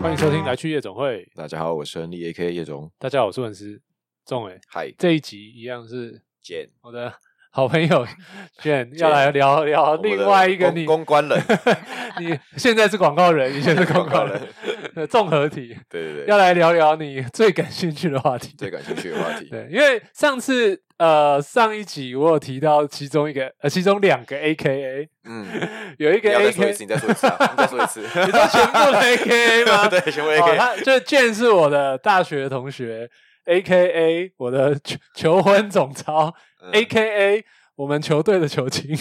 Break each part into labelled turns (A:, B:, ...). A: 欢迎收听《来去夜总会》，
B: 大家好，我是亨利 A.K. 叶总，
A: 大家好，我是文思仲伟。
B: 嗨，
A: 这一集一样是
B: 见
A: 我的好朋 友卷要来聊聊另外一个你，
B: 公关 人，
A: 你现在是广告人，以前是广告人
B: 广，
A: 呃综合体
B: 对对
A: 要
B: 对，
A: 来聊聊你最感兴趣的话题。
B: 最感兴趣的话题，
A: 对，因为上次呃上一集我有提到其中一个呃其中两个 A K A
B: 嗯，
A: 有一
B: 你
A: 个
B: 要
A: A
B: 再说
A: K
B: 一次，你再说一次 啊，你再说一次，
A: 你知道全部的 A K A 吗？
B: 对，全部
A: 哦，
B: A.K.
A: 他这健是我的大学同学，A K A 我的求求婚总操
B: 嗯
A: ，A K A 我们球队的球星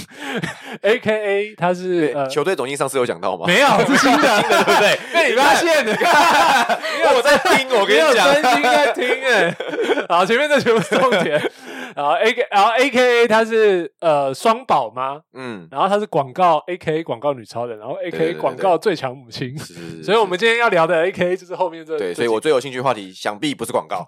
A: ，A K A 他是呃
B: 对球队总经上次有讲到吗？
A: 没有是新的，
B: 对不对？
A: 被你发现的，
B: 我在听， 我跟
A: 没有
B: 你讲，
A: 真心在听哎、好，前面这全部是重点。然后 A K，然后 A K A 她是呃双宝妈，
B: 嗯，
A: 然后她是广告 A K 广告女超人，然后 A
B: 对对
A: K
B: 对
A: 广告最强母亲。
B: 是是是
A: 所以，我们今天要聊的 A K 就是后面这
B: 对，
A: 这
B: 所以我最有兴趣的话题，想必不是 广告。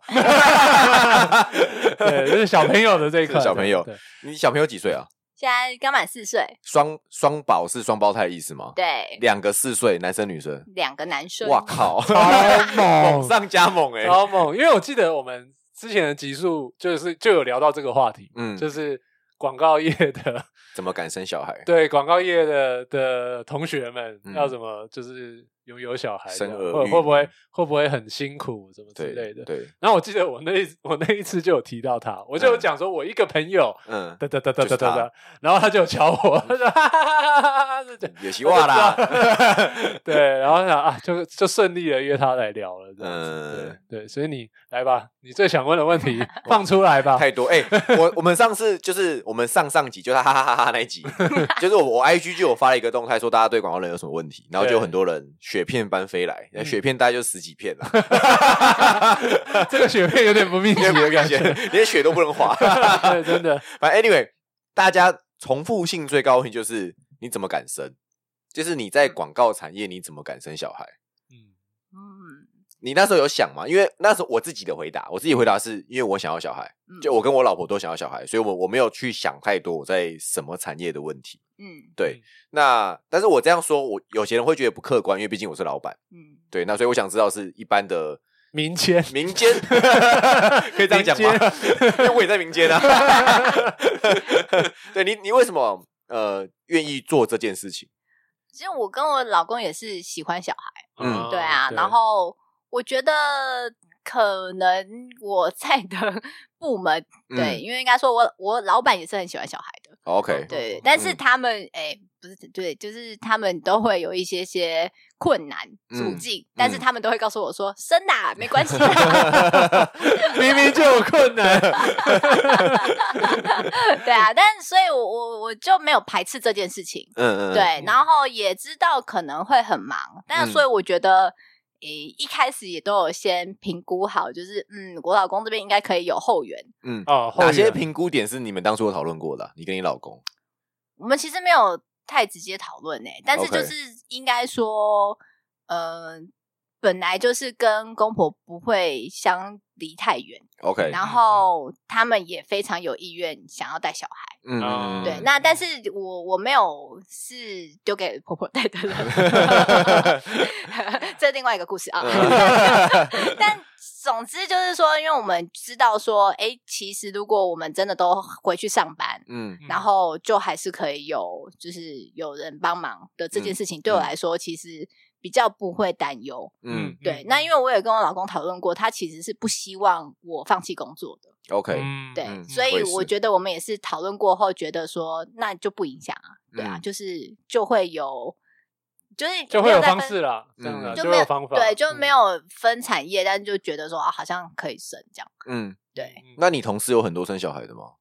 A: 对，就是小朋友的这一块，
B: 是小朋友
A: 对
B: 你小朋友几岁啊？
C: 现在刚满四岁，
B: 双双宝是双胞胎的意思吗？
C: 对，
B: 两个四岁，男生女生。
C: 两个男生。
B: 哇！靠，
A: 哦超
B: 猛
A: 猛，
B: 上加猛哎！
A: 超猛！因为我记得我们之前的集数就是就有聊到这个话题，
B: 嗯，
A: 就是广告业的
B: 怎么敢生小孩？
A: 对广告业的的同学们
B: 嗯
A: 要怎么就是有有小孩这样，
B: 生儿
A: 会
B: 育
A: 会不会会不会很辛苦什么之
B: 对
A: 类的。
B: 对，
A: 然后我记得我那一我那一次就有提到他，我就有
B: 嗯
A: 讲说我一个朋友。
B: 嗯，
A: 哒哒哒哒
B: 就是
A: 哒
B: 他嗯
A: 哒哒，然后他就瞧我，他说哈哈哈哈 哈哈，这
B: 有希望啦。
A: 对，然后想啊，就就顺利的约他来聊了，这样子
B: 嗯，
A: 对对，所以你来吧，你最想问的问 题放出来吧，
B: 太多哎、我我们上次就是我们上上集，就是哈哈哈哈那一 集，就是我我 IG 就有发了一个动态，说大家对广告人有什么问题，然后就
A: 对
B: 很多人雪片般飞来，
A: 嗯
B: 雪片大概就十几片 啊啦，
A: 这个雪片有点不密集的感觉，
B: 连雪都不能滑。
A: 对，真的，
B: 反正 anyway，大家重复性最高的问题就是你怎么敢生，就是你在广告产业你怎么敢生小孩？
A: 嗯
C: 嗯，
B: 你那时候有想吗？因为那时候我自己的回答，我自己回答是因为我想要小孩，
C: 嗯
B: 就我跟我老婆都想要小孩，所以我我没有去想太多我在什么产业的问题。
C: 嗯
A: 嗯，
B: 对那但是我这样说，我有些人会觉得不客观，因为毕竟我是老板。
C: 嗯，
B: 对，那所以我想知道是一般的
A: 民间，
B: 民间， 可以这样讲吗？因为我也在民间啊。 对你，你为什么呃愿意做这件事情？
C: 其实我跟我老公也是喜欢小孩，
B: 嗯
C: 对
A: 哦
C: 啊，然后我觉得可能我在的 部门，
B: 嗯
C: 对，因为应该说我我老板也是很喜欢小孩的，
A: 哦
B: ，OK，
C: 对，但是
B: 嗯
C: 他们哎、不是对，就是他们都会有一些些困难处
B: 嗯
C: 境，但
B: 嗯
C: 是他们都会告诉我说生啦，没关系啊啦。
A: 明明就有困难，
C: 对啊，但所以我我我就没有排斥这件事情，
B: 嗯嗯，
C: 对，然后也知道可能会很忙，但
B: 嗯
C: 所以我觉得。诶，一开始也都有先评估好，就是嗯，我老公这边应该可以有后援。
B: 嗯，
A: 哦，后
B: 哪些
A: 援
B: 评估点是你们当初有讨论过的啊？你跟你老公，
C: 我们其实没有太直接讨论诶，但是
B: OK
C: 就是应该说，呃，本来就是跟公婆不会相离太远，
B: OK，
C: 然后他们也非常有意愿想要带小孩。
B: 嗯嗯，嗯
C: 对，
A: 嗯
C: 那 但是我我没有是丢给婆婆带 的人，
B: 嗯
C: 这是另外一个故事啊。
B: 嗯
C: 但总之就是说，因为我们知道说，哎、其实如果我们真的都回去上班，
B: 嗯
C: 然后就还是可以有就是有人帮忙的
B: 嗯
C: 这件事情，对我来说其实比较不会担忧。
B: 嗯
C: 对，那因为我也跟我老公讨论过，他其实是不希望我放弃工作的。
B: ，OK，
A: 嗯
C: 对，
B: 嗯
C: 所
B: 我
C: 以
B: 也
C: 我
B: 是
C: 觉得我们也是讨论过后，觉得说那就不影响啊，对啊，
B: 嗯
C: 就是就会有，就是
A: 就会
C: 没
A: 有
C: 在
A: 方
C: 分
A: 式啦，啊这样的
B: 嗯
C: 就
A: 就
C: 没
A: 会有
C: 有
A: 方法，
C: 对，就没
A: 嗯
C: 有分产业，但就觉得说啊，好像可以生这样。
B: 嗯，
C: 对，
B: 那你同事有很多生小孩 的吗？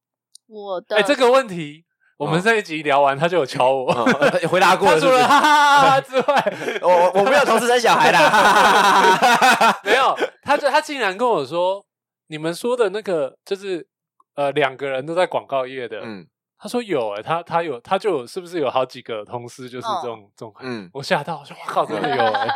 C: 我的、
A: 哎，这个问题我们
B: 嗯
A: 上一集聊完，他就有瞧 我，
B: 嗯回答过
A: 他
B: 了是
A: 除
B: 不是
A: 了哈哈 哈哈之外，
B: 我我我没有同事生小孩 啦。
A: 没有，他就他竟然跟我说，你们说的那个就是呃两个人都在广告业的，
B: 嗯
A: 他说有哎、他他有他就有是不是有好几个同事就是
C: 哦
A: 这种、这种，
B: 嗯，
A: 我吓到，我说哇靠，真的有 哎、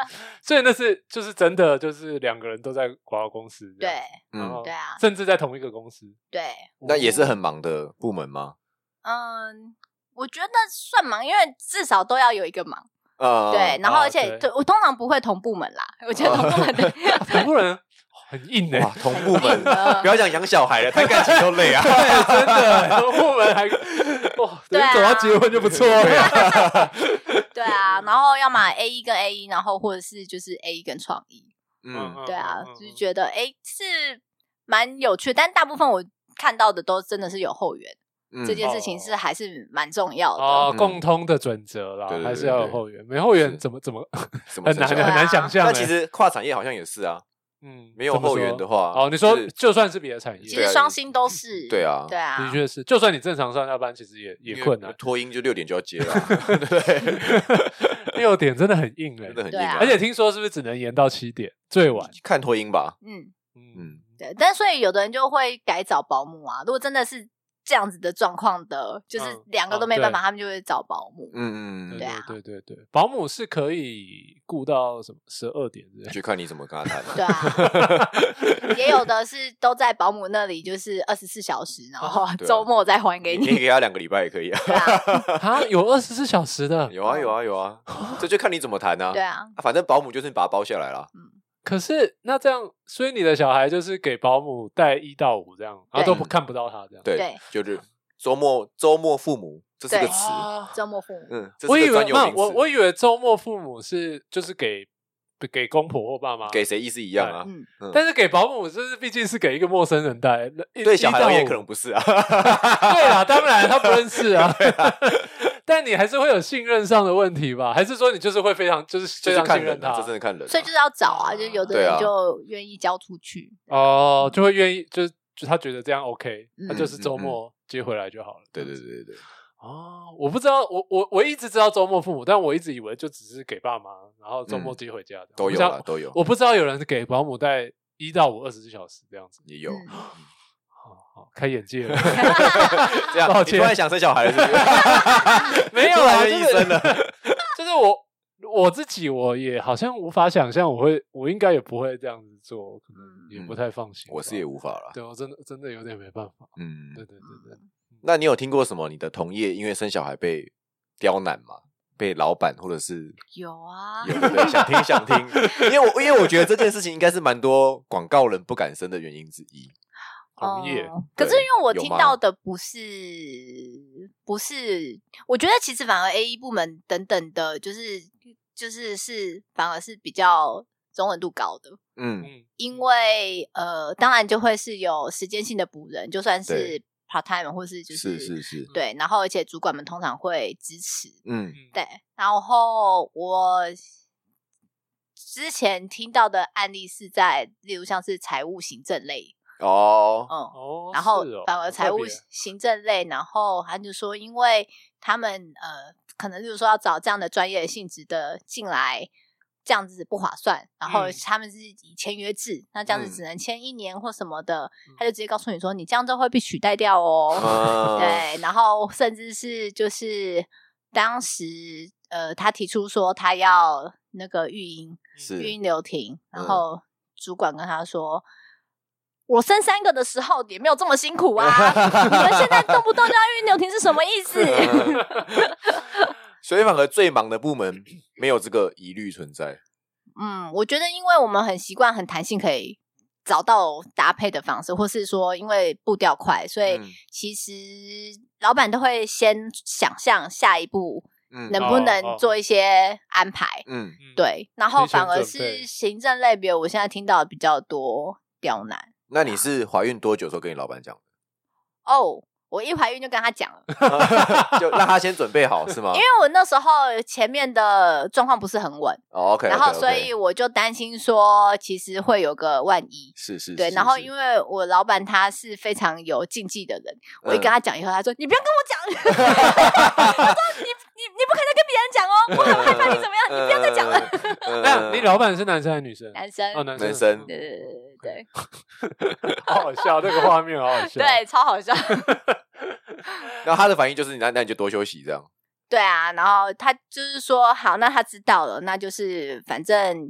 A: 所以那是就是真的就是两个人都在广告公司，
C: 对，
A: 然后
B: 嗯，
C: 对啊
A: 甚至在同一个公司，
C: 对，
B: 那也是很忙的部门吗？
C: 嗯，我觉得算忙，因为至少都要有一个忙。
B: 呃，
C: 对，然后
A: 啊
C: 而且
A: 对哦
C: 对我通常不会同部门啦，我觉得同部门的
A: 很多人很硬哎、
B: 哇，同部
C: 很
B: 门，
C: 硬的
B: 不要讲养小孩了，谈感情都 累 啊。
A: 对，真的，同部门还哇，
C: 对
A: 能
C: 啊
A: 走到结婚就不错欸了。
C: 对啊，然后要么 A 一跟 A 一，然后或者是就是 A 一跟创意，
B: 嗯，
C: 对啊
A: 嗯，嗯
C: 就是觉得哎、诶是蛮有趣，但大部分我看到的都真的是有后援，
B: 嗯
C: 这件事情是
A: 哦
C: 还是蛮重要的。
A: 哦，
B: 嗯
A: 共通的准则啦
B: 对对，对
A: 还是要有后援，没后援怎么怎么
B: 什么
A: 很难很
B: 生小孩
C: 啊
A: 难想象欸。
B: 但其实跨产业好像也是啊，
A: 嗯，
B: 没有
A: 怎么
B: 后
A: 说
B: 援的话，
A: 哦，你说
B: 就是
A: 就算是别的产
C: 其
A: 业，
B: 对
C: 实
B: 啊
C: 双薪都是，
B: 对啊
C: 对啊，
A: 的确是，就算你正常上下班，其实也也困难。
B: 拖音就六点就要 接了啊，对，
A: 六点真的很硬嘞
B: 真，的很硬
C: 对啊
B: 啊。
A: 而且听说是不是只能延到七点最晚？
B: 看拖音吧，
C: 嗯，
B: 嗯，
C: 对。但所以有的人就会改找保姆啊，如果真的是这样子的状况的，就是
A: 嗯
C: 两个
A: 哦
C: 都没办法，
A: 对
C: 他们就会找保姆。
B: 嗯嗯
A: 对
C: 对啊
A: 对对对对，保姆是可以雇到什么十二点之类
B: 嗯，就看你怎么跟他谈了。
C: 对啊， 也有的是都在保姆那里，就是二十四小时，然后
B: 对啊
C: 周末再还给
B: 你 你
C: 你。
B: 给他两个礼拜也可以啊。
C: 对啊，
A: 啊，有二十四小时的，
B: 有啊有啊有 啊，这就看你怎么谈啊。
C: 对啊，
B: 啊反正保姆就是你把它包下来啦。
A: 可是那这样，所以你的小孩就是给保姆带一到五这样，然后都不看不到他这样。
B: 对
C: 对，
B: 就是周末周末父母，这是个词，
A: 啊
C: 周末父母。
B: 嗯，这
A: 我
B: 是
A: 以为
B: 个专有
A: 那
B: 名词。
A: 我我以为周末父母是就是给给公婆或爸妈
B: 给，谁意思一样啊？
C: 嗯，
A: 但是给保姆就是毕竟是给一个陌生人带，一
B: 对小
A: 一到
B: 孩也
A: 五
B: 可能不是啊。
A: 对啦，当然他不认识啊， 但你还是会有信任上的问题吧？还是说你就是会非常就是非
B: 就是
A: 常
B: 看
A: 信
B: 人
A: 任
B: 啊，
A: 他
B: 这？真的看人啊。
C: 所以就是要找啊，就是有的
B: 对啊
C: 人就愿意交出去。
A: 哦，就会愿意，就是就他觉得这样 OK，
C: 嗯
A: 他就是周末接回来就好了。
B: 对对对对对，
A: 哦，我不知道，我我我一直知道周末父母，但我一直以为就只是给爸妈，然后周末
B: 嗯
A: 接回家的、
B: 都有
A: 我
B: 啦，
A: 不知道
B: 都有
A: 我不知道有人是给保姆带一到五二十四小时这样子，
B: 也有。
C: 嗯
A: 好好开眼界 了。
B: 这样，
A: 抱
B: 你
A: 歉
B: 突然想生小孩了是不 是？
A: 没有
B: 突
A: 啦
B: 然
A: 就
B: 医
A: 是
B: 生了。
A: 就是我我自己，我也好像无法想象，我会我应该也不会这样子做，可能也不太放心吧。
B: 嗯我是也无法了。
A: 对我真的真的有点没办法。
B: 嗯
A: 对，对对对，
B: 那你有听过什么？你的同业因为生小孩被刁难吗？被老板或者是
C: 有啊，
B: 有对不对？想听想听， 因为我因为我觉得这件事情应该是蛮多广告人不敢生的原因之一。
A: 同业
C: 哦可是
B: 对
C: 因为我
B: 有
C: 听
B: 吗
C: 到的不是不是，我觉得其实反而 A E 部门等等的，就是就是是反而是比较容忍度高的，
B: 嗯
A: 嗯，
C: 因为呃，当然就会是有时间性的补人，就算是
B: 对
C: part time 或是就是
B: 是是是，
C: 对，然后而且主管们通常会支持，
B: 嗯
C: 对，然后我之前听到的案例是在，例如像是财务、行政类，
B: 哦，
C: 嗯，
A: 哦，
C: 然后
A: 是哦
C: 反而财务、
A: 好特别
C: 行政类，然后他就说，因为他们呃，可能例如说要找这样的专业性质的进来。这样子不划算，然后
A: 嗯
C: 他们是以签约制，那这样子
B: 嗯
C: 只能签一年或什么的，
A: 嗯
C: 他就直接告诉你说，你这样就会被取代掉哦。
B: 啊，
C: 对，然后甚至是就是当时呃，他提出说他要那个育婴
B: 是
C: 育 婴留停，
B: 嗯
C: 然后主管跟他说。我生三个的时候也没有这么辛苦啊！你们现在动不动就要育婴留停是什么意思？
B: 所以反而最忙的部门没有这个疑虑存在。
C: 嗯，我觉得因为我们很习惯很弹性，可以找到搭配的方式，或是说因为步调快，所以
B: 嗯
C: 其实老板都会先想象下一步
B: 嗯
C: 能不
A: 哦哦
C: 能做一些安排。
B: 嗯
A: 嗯
C: 对，然后
A: 提前
C: 反而
A: 准
C: 是
A: 备
C: 行政类别，我现在听到的比较多刁难
B: 那你是怀孕多久的时候跟你老板 讲
C: 哦。我一怀孕就跟他讲了，
B: 的？就让他先准备好是吗
C: 因为我那时候前面的状况不是很稳，
B: 哦？OK，
C: 然后所以我就担心说，其实会有个万一。
B: 是是，
C: 对，
B: 是
C: 然后
B: 是
C: 因为我老板他是非常有禁忌的人，我一
B: 嗯
C: 跟他讲以后，他说：“你不要跟我讲， 他说你你你不可以再跟别人讲哦，我很害怕你怎么样，你不要再讲了。
B: 嗯。嗯
A: 那你老板是男生还是女生”？
C: 男生，
A: 哦，男
B: 男生
C: 对对对对
A: 好好笑，那个画面好好笑。
C: 对，对，超好笑。
B: 然后他的反应就是，那那你就多休息这样。
C: 对啊，然后他就是说，好，那他知道了，那就是反正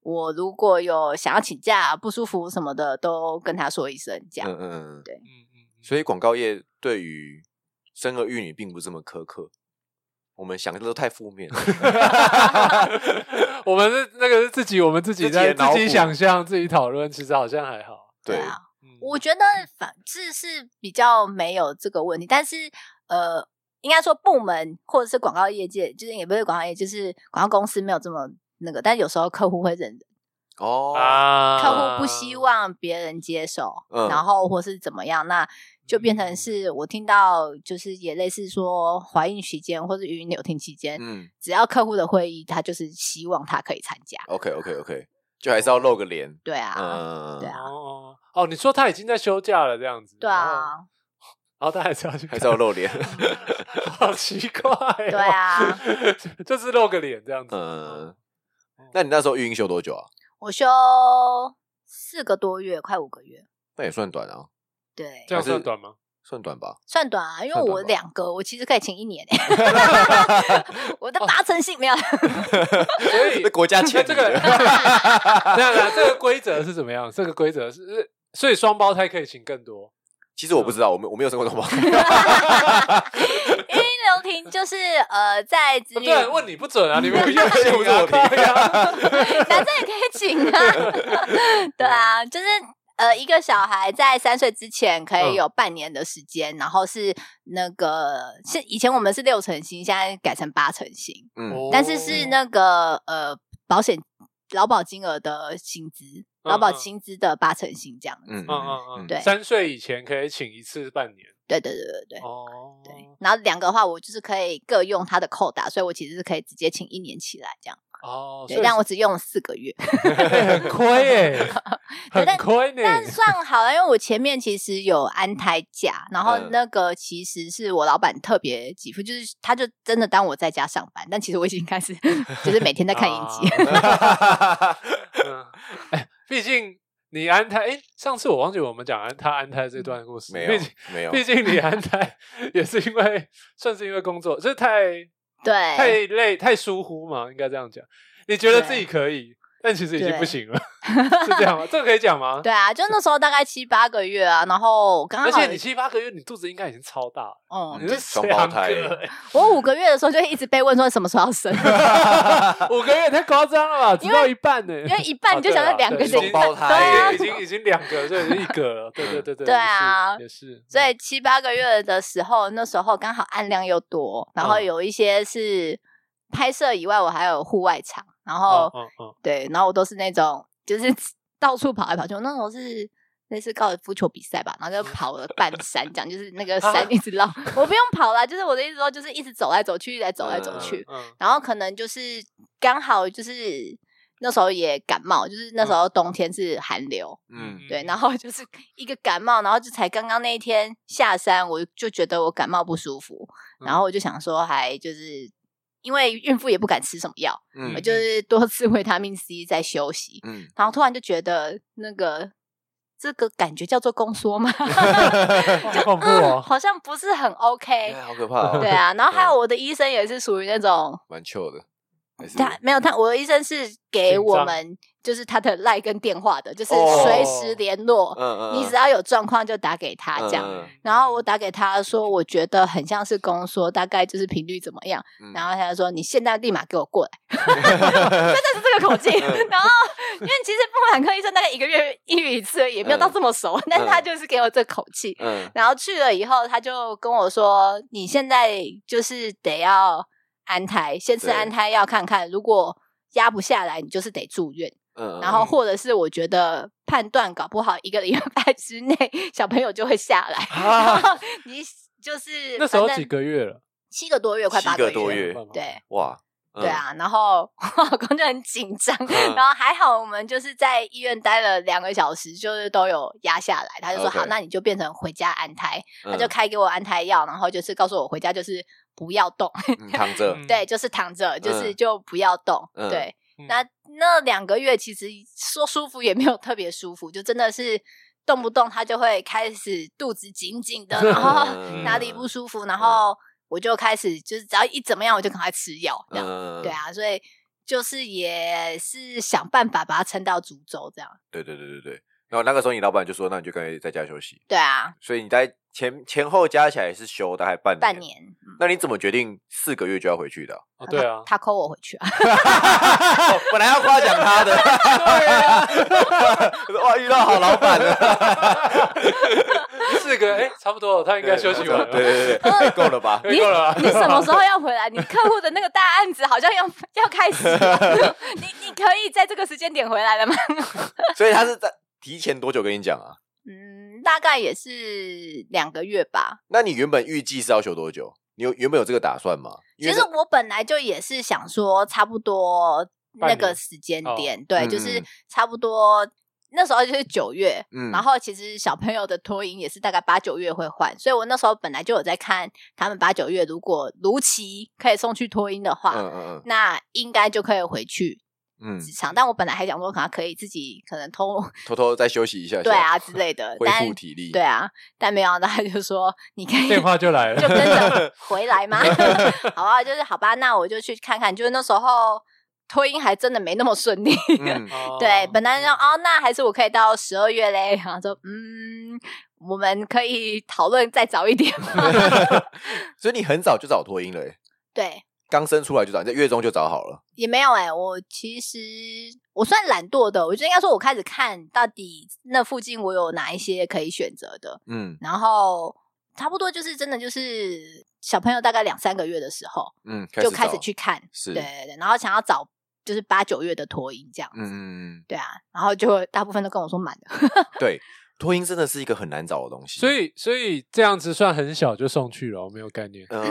C: 我如果有想要请假、不舒服什么的，都跟他说一声，这样。
B: 嗯嗯嗯。
A: 嗯嗯 嗯
B: 所以广告业对于生儿育女并不这么苛刻。我们想的都太负面了，
A: 我们是那个是自己，我们自己
B: 自己
A: 在
B: 的脑
A: 自己
B: 补
A: 想象、自己讨论，其实好像还好。
B: 对，
C: 啊，
A: 嗯
C: 我觉得反是是比较没有这个问题，但是呃，应该说部门或者是广告业界，就是也不是广告业，就是广告公司没有这么那个，但有时候客户会忍，
B: 哦，
A: 啊
C: 客户不希望别人接受，
B: 嗯
C: 然后或是怎么样，那就变成是我听到就是也类似说怀孕期间或者语音流停期间，
B: 嗯
C: 只要客户的会议，他就是希望他可以参加，
B: ，OK OK OK，就还是要露个脸，
C: 对啊，
B: 嗯，
C: 对啊
A: 哦哦，你说他已经在休假了这样子？
B: 哦
C: 对啊，
A: 然后，然后他还是要去，
B: 还是要露脸，
A: 好奇怪、哦。对
C: 对，啊，
A: 就是露个脸这样子。哦
B: 嗯，那你那时候育婴休多久啊？
C: 我休四个多月，快五个月。
B: 那也算短啊，
C: 对，
A: 这样
B: 还
A: 算
B: 是
A: 短 吗？
B: 算短吧？
C: 算短啊，因为
B: 算短
C: 我
B: 吧
C: 两个，我其实可以请一年、我的八成性没有，
A: 所以
B: 那国家欠
A: 这个，
B: 你的
A: 这样啊，这个规则是怎么样？这个规则是，所以双胞胎可以请更多。
B: 其实我不知道，我没我没有生过双胞胎，
C: 因为刘婷就是呃，在子
A: 不
C: 女
A: 哦对，问你不准啊，你们不用
B: 又不
A: 请
B: 是我
A: 啊，靠呀
C: 男生也可以请啊， 对啊，就是。呃，一个小孩在三岁之前可以有半年的时间，然后是那个是以前我们是六成新，现在改成八成新，
B: 嗯，
A: 哦
C: 但是是那个呃保险劳保金额的薪资，劳
A: 嗯
C: 保
A: 嗯
C: 薪资的八成新这样子。
B: 嗯
A: 嗯嗯嗯，
C: 对
A: 三岁以前可以请一次半年。
C: 对对对对对。
A: 哦，
C: 对，然后两个的话，我就是可以各用它的扣打，所以我其实是可以直接请一年起来这样。
A: 哦，
C: 对，但我只用了四个月，
A: 很亏哎，很
C: 但
A: 亏呢。
C: 但算好啊了，因为我前面其实有安胎假，然后
B: 嗯
C: 那个其实是我老板特别给付，就是他就真的当我在家上班，但其实我已经开 始就是每天在看影集。
B: 啊
A: 嗯，哎，毕竟你安胎，哎，上次我忘记我们讲安他安胎这段故事，
B: 没
A: 毕
B: 有
A: 竟
B: 没有，
A: 毕竟你安胎也是因为算是因为工作，就是太太
C: 对，
A: 累太疏忽嘛，应该这样讲。你觉得自己可以，但其实已经不行了，是这样吗？这个可以讲吗？
C: 对啊，就那时候大概七八个月啊，然后刚
A: 而
C: 好
A: 且你七八个月，你肚子应该已经超大了，
C: 嗯，
A: 你是
B: 双胞胎
A: 两个欸
C: 我五个月的时候就一直被问说什么时候要 生，
A: 哎 五个月太夸张了吧？只到一半呢、
C: 因为 一半就想要两个
A: 哦对
C: 就
A: 啦
C: 一
B: 双胞
C: 半啊对啊
B: 胎
A: 已，经已经两个，所以已经一个了。 对对对对，
C: 对啊
A: 也是。也嗯是
C: 所以七八个月的时候，那时候刚好案量又多，然后
A: 嗯
C: 有一些是拍摄以外，我还有户外场，然后、
A: 嗯嗯
C: 对，然后我都是那种就是 到处跑来跑去，我那时候是。类似高尔夫球比赛吧，然后就跑了半山，这样就是那个
A: 啊
C: 山一直绕。我不用跑啦，就是我的意思说，就是一直走来走去，一直走来走
A: 嗯
C: 去。
A: 嗯
C: 然后可能就是刚好就是那时候也感冒，就是
A: 嗯
C: 那时候冬天是寒流，
B: 嗯
C: 对， 然后就是 一个感冒，然后就才刚刚那一天下山，我就觉得我感冒不舒服，
A: 嗯
C: 然后我就想说，还就是因为孕妇也不敢吃什么药，
B: 嗯
C: 我就是多吃维他命 C 在休息，
B: 嗯，
C: 然后突然就觉得那个这个感觉叫做宫缩吗？
A: 好恐怖
C: 嗯，
A: 哦！
C: 好像不是很 OK。
B: 哎好可怕哦，
C: 对，啊，然后还有我的医生也是属于那种，
B: 蛮 chill 的，还是
C: 他没有他，我的医生是给
A: 紧
C: 我
A: 张
C: 们就是他的赖跟电话的，就是
B: 哦
C: 随时联络，
B: 嗯嗯，
C: 你只要有状况就打给他这样。
B: 嗯
C: 然后我打给他说，我觉得很像是宫缩，大概就是频率怎么样。
B: 嗯
C: 然后他就说，你现在立马给我过来， 真的是这个口气。
B: 嗯
C: 然后因为其实妇产科医生大概一个月一语一次而已，也没有到这么熟，但是他就是给我这口气。
B: 嗯
C: 然后去了以后，他就跟我说，你现在就是得要安胎，先吃
B: 对
C: 安胎药看看，如果压不下来，你就是得住院。
B: 嗯，
C: 然后或者是我觉得判断搞不好一个礼拜 之内小朋友就会下来，
B: 啊
C: 然后你就是
A: 那时候
C: 反正
A: 几个月了，
C: 七个多月，快
B: 七
C: 八
B: 个
C: 月，
B: 多月
C: 对。
B: 哇，嗯
C: 对，啊，然后 我老公就很紧张，
B: 嗯
C: 然后还好我们就是在医院待了两个小时，就是都有压下来。他就说
B: OK
C: 好，那你就变成回家安胎，
B: 嗯
C: 他就开给我安胎药，然后就是告诉我回家就是不要动，
B: 嗯躺着，
A: 嗯
C: 对，就是躺着，就是
B: 嗯
C: 就不要动，
B: 嗯
A: 嗯
C: 对。那那两个月其实说舒服也没有特别舒服，就真的是动不动他就会开始肚子紧紧的，然后
B: 嗯
C: 哪里不舒服，然后我就开始就是只要一怎么样我就赶快吃药，这样、
B: 嗯，
C: 对啊，所以就是也是想办法把它撑到足周这样。
B: 对对对对对，然后那个时候你老板就说，那你就干脆在家休息。
C: 对啊，
B: 所以你在前前后加起来是休大概半年。
C: 半。年。嗯
B: 那你怎么决定四个月就要回去的啊、
A: 哦，对 啊，
C: 他扣我回去啊，
B: 哦本来要夸奖他的，哇，遇到好老板了，
A: 四个哎，差不多了，他应该休息完了。
B: 对对对对，够了吧？
A: 对够了啊
C: 你你什么时候要回来？你客户的那个大案子好像要要开始了， 你你可以在这个时间点回来了吗？
B: 所以他是在提前多久跟你讲啊？
C: 嗯，大概也是两个月吧。
B: 那你原本预计是要休多久？你有原本有这个打算吗？因
C: 其
B: 为
C: 实我本来就也是想说，差不多那
A: 半
C: 个
A: 年
C: 时间
A: 哦
C: 点，对，
B: 嗯
C: 就是
B: 嗯
C: 差不多那时候就是九月，
B: 嗯
C: 然后其实小朋友的托婴也是大概八九月会换，所以我那时候本来就有在看他们八九月如果如期可以送去托婴的话，
B: 嗯嗯
C: 那应该就可以回去
B: 嗯嗯，
C: 职场。但我本来还想说，可能可以自己可能偷
B: 偷偷再休息一下，
C: 对啊之类的，
B: 恢
C: 但
B: 复体力。
C: 对啊，但没想到他就说你可 以
A: 电话就来了，
C: 就跟 着回来吗？好吧，就是好吧，那我就去看看。就是那时候脱音还真的没那么顺利。
B: 嗯，
A: 哦
C: 对，本来说哦，那还是我可以到十二月嘞。 然后说，嗯，我们可以讨论再早一点吗。
B: 所以你很早就找脱音了、欸，
C: 对，
B: 刚生出来就找，你在月中就找好了。
C: 也没有哎、我其实我算懒惰的，我觉得应该说，我开始看到底那附近我有哪一些可以选择的，
B: 嗯
C: 然后差不多就是真的就是小朋友大概两三个月的时候
B: 嗯，
C: 就开始
B: 找
C: 去看，
B: 是
C: 对对对，然后想要找就是八九月的脱音这样，
B: 嗯嗯嗯，
C: 对啊，然后就大部分都跟我说满了，
B: 对，脱音真的是一个很难找的东西，
A: 所以所以这样子算很小就送去了，我没有概念。
B: 呃，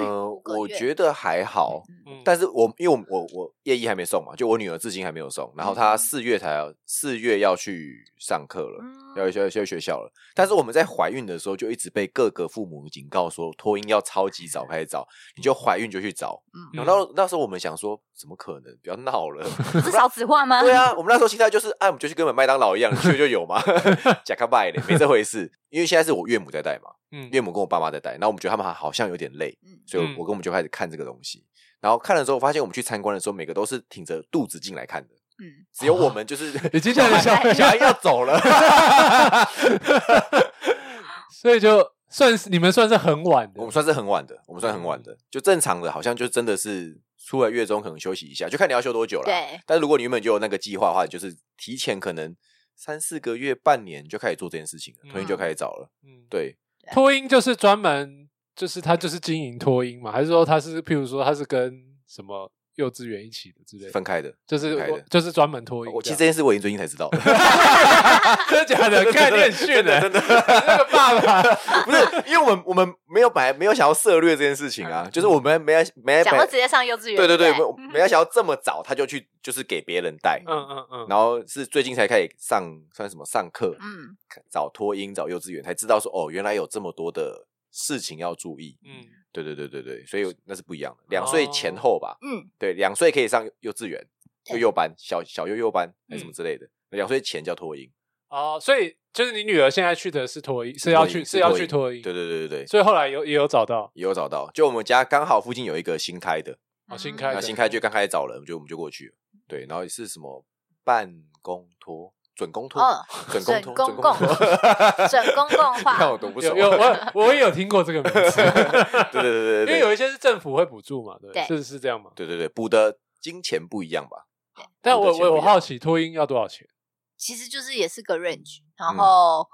C: 个月
B: 我觉得还好，
A: 嗯，
B: 但是我因为我我我夜一还没送嘛，就我女儿至今还没有送，然后她
C: 嗯
B: 四月才要四月要去上课了，
C: 嗯，
B: 要去要去学校了。但是我们在怀孕的时候就一直被各个父母警告说，托婴要超级早开始找，你就怀孕就去找。然后
A: 嗯
B: 那那时候我们想说，怎么可能？不要闹了。
C: 嗯是少子化吗？
B: 对啊，我们那时候心态就是，哎、我们就去跟麦当劳一样，你去了就有嘛， 假开拜嘞，没这回事。因为现在是我岳母在带嘛，
A: 嗯
B: 岳母跟我爸妈在带，然后我们觉得他们好像有点累，
C: 嗯
B: 所以
A: 嗯
B: 我跟我们就开始看这个东西。然后看了之后，发现我们去参观的时候，每个都是挺着肚子进来看的，
C: 嗯，
B: 只有我们就是、
A: 哦已经叫你小
B: 小孩要走了。
A: 所以就算是你们算是很晚的
B: 我，们算是很晚的，我们算很
C: 嗯
B: 晚的，就正常的，好像就真的是出来月中可能休息一下，就看你要休多久了。
C: 对，
B: 但是如果你原本就有那个计划的话，你就是提前可能三四个月、半年就开始做这件事情了，可能就
C: 嗯
B: 开始找了。
A: 嗯，
B: 对，
A: 托音就是专门就是他就是经营托音嘛，还是说他是譬如说他是跟什么幼稚园一起的之类的，
B: 分开的。
A: 就是
B: 分开的
A: 就是专门托音。
B: 我其实这
A: 这样
B: 件事我已经最近才知道 的，
A: 真的假 的，概念训
B: 的，
A: 的
B: 真的。
A: 那个爸 爸，
B: 不是，因为我们我们没有本来没有想要涉略这件事情啊，就是我们没没哎没
C: 讲
B: 本
C: 到
B: 来
C: 嗯直接上幼稚园，
B: 对对对，
C: 对
B: 没有
C: 不
B: 没有想要这么早他就去就是给别人带，
A: 嗯嗯嗯，
B: 然后是最近才开始上算什么上课，
C: 嗯，
B: 找托婴找幼稚园才知道说哦，原来有这么多的事情要注意。
A: 嗯
B: 对对对对对，所以那是不一样的。两岁前
A: 哦
B: 后吧，
C: 嗯，
B: 对，两岁可以上幼幼稚园、幼
C: 对
B: 幼班、小小幼幼班还是什么
A: 嗯
B: 之类的。两岁前叫托婴，
A: 哦，所以就是你女儿现在去的是托音，是要去是要去托音，
B: 对对对对对，
A: 所以后来有也有找到，
B: 也有找到。就我们家刚好附近有一个新开的，
A: 哦，新
C: 那
A: 开
B: 那
A: 的
B: 嗯啊 新开就刚开始找人，就我们就过去了。对，然后也是什么办公托、准公托、
C: 哦
B: 准公托、
C: 准公共
B: 托你
C: 准公共
B: 看
C: 化
B: 我，懂不熟
A: 有。有我 我也有听过这个名字，
B: 对对对对
A: 因为
B: 对
A: 有一些是政府会补助嘛，对，
C: 对
A: 是是这样嘛。
B: 对对对，补的金钱不一样吧？
A: 但
B: 补
A: 我
B: 的钱
A: 我
B: 不
A: 我
B: 一样
A: 好奇托婴要多少钱，
C: 其实就是也是个 range，然
B: 嗯
C: 后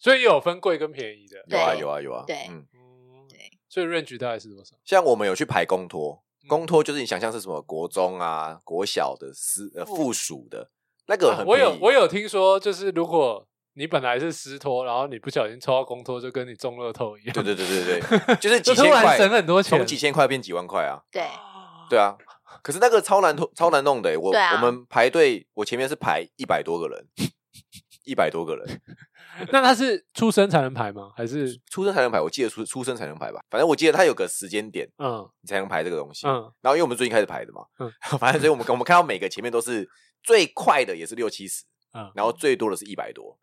A: 所以也有分贵跟便宜的，
B: 有啊
C: 对
B: 有啊有啊。
C: 对
B: 嗯，
A: 嗯，
C: 对，
A: 所以 range 大概是多少？
B: 像我们有去排公托，
C: 嗯
B: 公托就是你想象是什么国中啊、国小的私呃
C: 附
B: 附属的那个很
A: 哦我有
B: 便宜
A: 我有听说，就是如果你本来是私托，然后你不小心抽到公托，就跟你中乐透一样，
B: 对对对 对对，就是
A: 就
B: 几
A: 突
B: 千
A: 然
B: 块，
A: 省很多钱，
B: 从几千块变几万块 啊。
C: 对，
B: 对啊，可是那个超难通超难弄的欸、我、
C: 对啊
B: 我们排队，我前面是排一百多个人，一百多个人，
A: 那他是出生才能排吗？还是
B: 出生才能排，我记得出出生才能排吧，反正我记得它有个时间点
A: 嗯
B: 你才能排这个东西。
A: 嗯
B: 然后因为我们最近开始排的嘛，
A: 嗯
B: 反正所以我们我们看到每个前面都是最快的也是六七十，
A: 嗯，
B: 然后最多的是一 百多，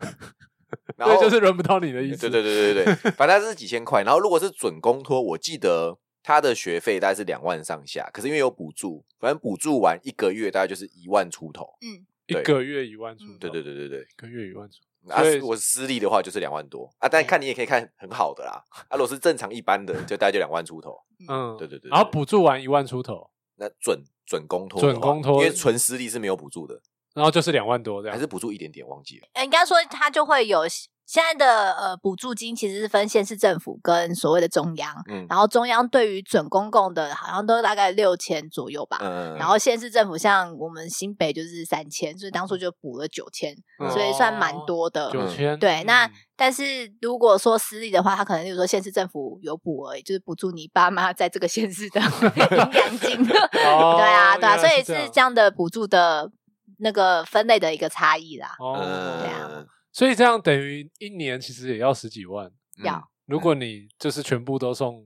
B: 然后
A: 对，就是轮不到你的意思，
B: 对对对对对，反正它是几千块。然后如果是准公托，我记得他的学费大概是两万上下，可是因为有补助，反正补助完一个月大概就是一万出头。
A: 一
B: 对
A: 个月一万出，
C: 嗯
B: 对对，对对对，
A: 一个月一万出，
B: 啊
A: 所以，嗯
B: 我私立的话就是两万多啊，但看你也可以看很好的啦。啊，如果是正常一般的，就大概就两万出头。
A: 嗯，
B: 对对对对
A: 然后补助完一万出头，
B: 那准准公托的话，
A: 准公托
B: 因为纯私立是没有补助的，
A: 然后就是两万多
C: 啊
A: 这样，
B: 还是补助一点点，忘记了。
C: 呃应该说它就会有现在的呃补助金其实是分县市政府跟所谓的中央，
B: 嗯
C: 然后中央对于准公共的好像都大概六千左右吧。
B: 嗯，
C: 啊然后县市政府像我们新北就是三千，所以当初就补了九千、
A: 嗯
C: 所以算蛮多的。
A: 九千。
C: 呃对那
A: 嗯
C: 但是如果说私立的话，他可能例如说县市政府有补而已，就是补助你爸妈在这个县市的 营养金。
A: 哦
C: 对啊，对啊，
A: 原来
C: 所以
A: 是
C: 是
A: 这
C: 这样的补助的那个分类的一个差异啦。
A: 哦，
C: 对啊
B: 嗯，
A: 所以这样等于一年其实也要十几万。嗯
C: 要
A: 如果你就是全部都送，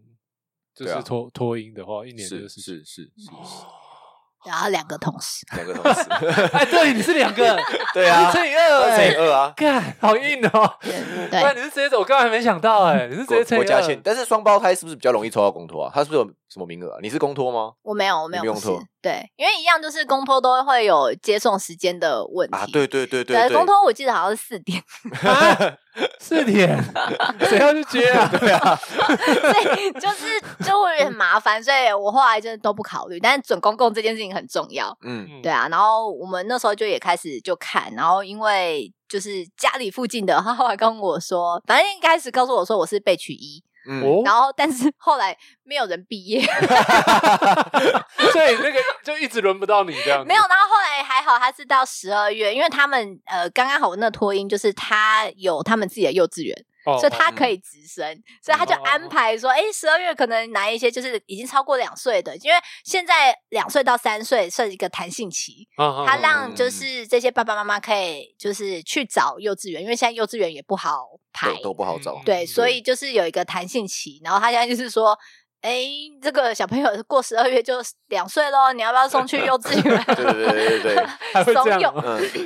A: 就
B: 对啊
A: 是托托音的话，一年就是
B: 是
A: 十
B: 是
A: 几
B: 是是，
C: 嗯然后两个同事，
B: 两个 同事，
A: 哎，对，你是两个，
B: 对啊，
A: 乘以二，
B: 二乘
A: 哎，
B: 以二啊，
A: 干，好硬哦。
C: 对
A: 不然你是直接走，我刚才还没想到，哎，你是直
B: 国
A: 接乘以
B: 国家
A: 二。
B: 线，但是双胞胎是不是比较容易抽到公托啊？他是不是有什么名额啊？你是公托吗？
C: 我没有，我没
B: 你
C: 有
B: 不用
C: 不是
B: 拖
C: 对，因为一样就是公托都会有接送时间的问题。
B: 啊，对对对
C: 对
B: 对，
C: 公托我记得好像是四点，
A: 啊，四点，谁要去接啊？对啊，
C: 所以就是就会很麻烦，所以我后来就是都不考虑。但是准公共这件事情很重要，
B: 嗯
C: 对啊。然后我们那时候就也开始就看，然后因为就是家里附近的，他后来跟我说，反正一开始告诉我说我是被取一，
B: 嗯，
A: 哦，
C: 然后但是后来没有人毕业，
A: 所以那个就一直轮不到你这样子。
C: 没有，然后后来还好，他是到十二月，因为他们呃刚刚好那托婴就是他有他们自己的幼稚园，
A: 哦，
C: 所以他可以直升，所以他就安排说，哎、十二月可能拿一些就是已经超过两岁的，因为现在两岁到三岁算是一个弹性期，
A: 哦
C: 他让就是这些爸爸妈妈可以就是去找幼稚园，因为现在幼稚园也不好排，
B: 都都不好找，
C: 对，
A: 嗯
C: 所以就是有一个弹性期，然后他现在就是说。哎，这个小朋友过十二月就两岁喽，你要不要送去幼稚 园？
B: 对对对对对，
A: 还会这样
C: 怂
A: 哦，
B: 嗯。
C: 总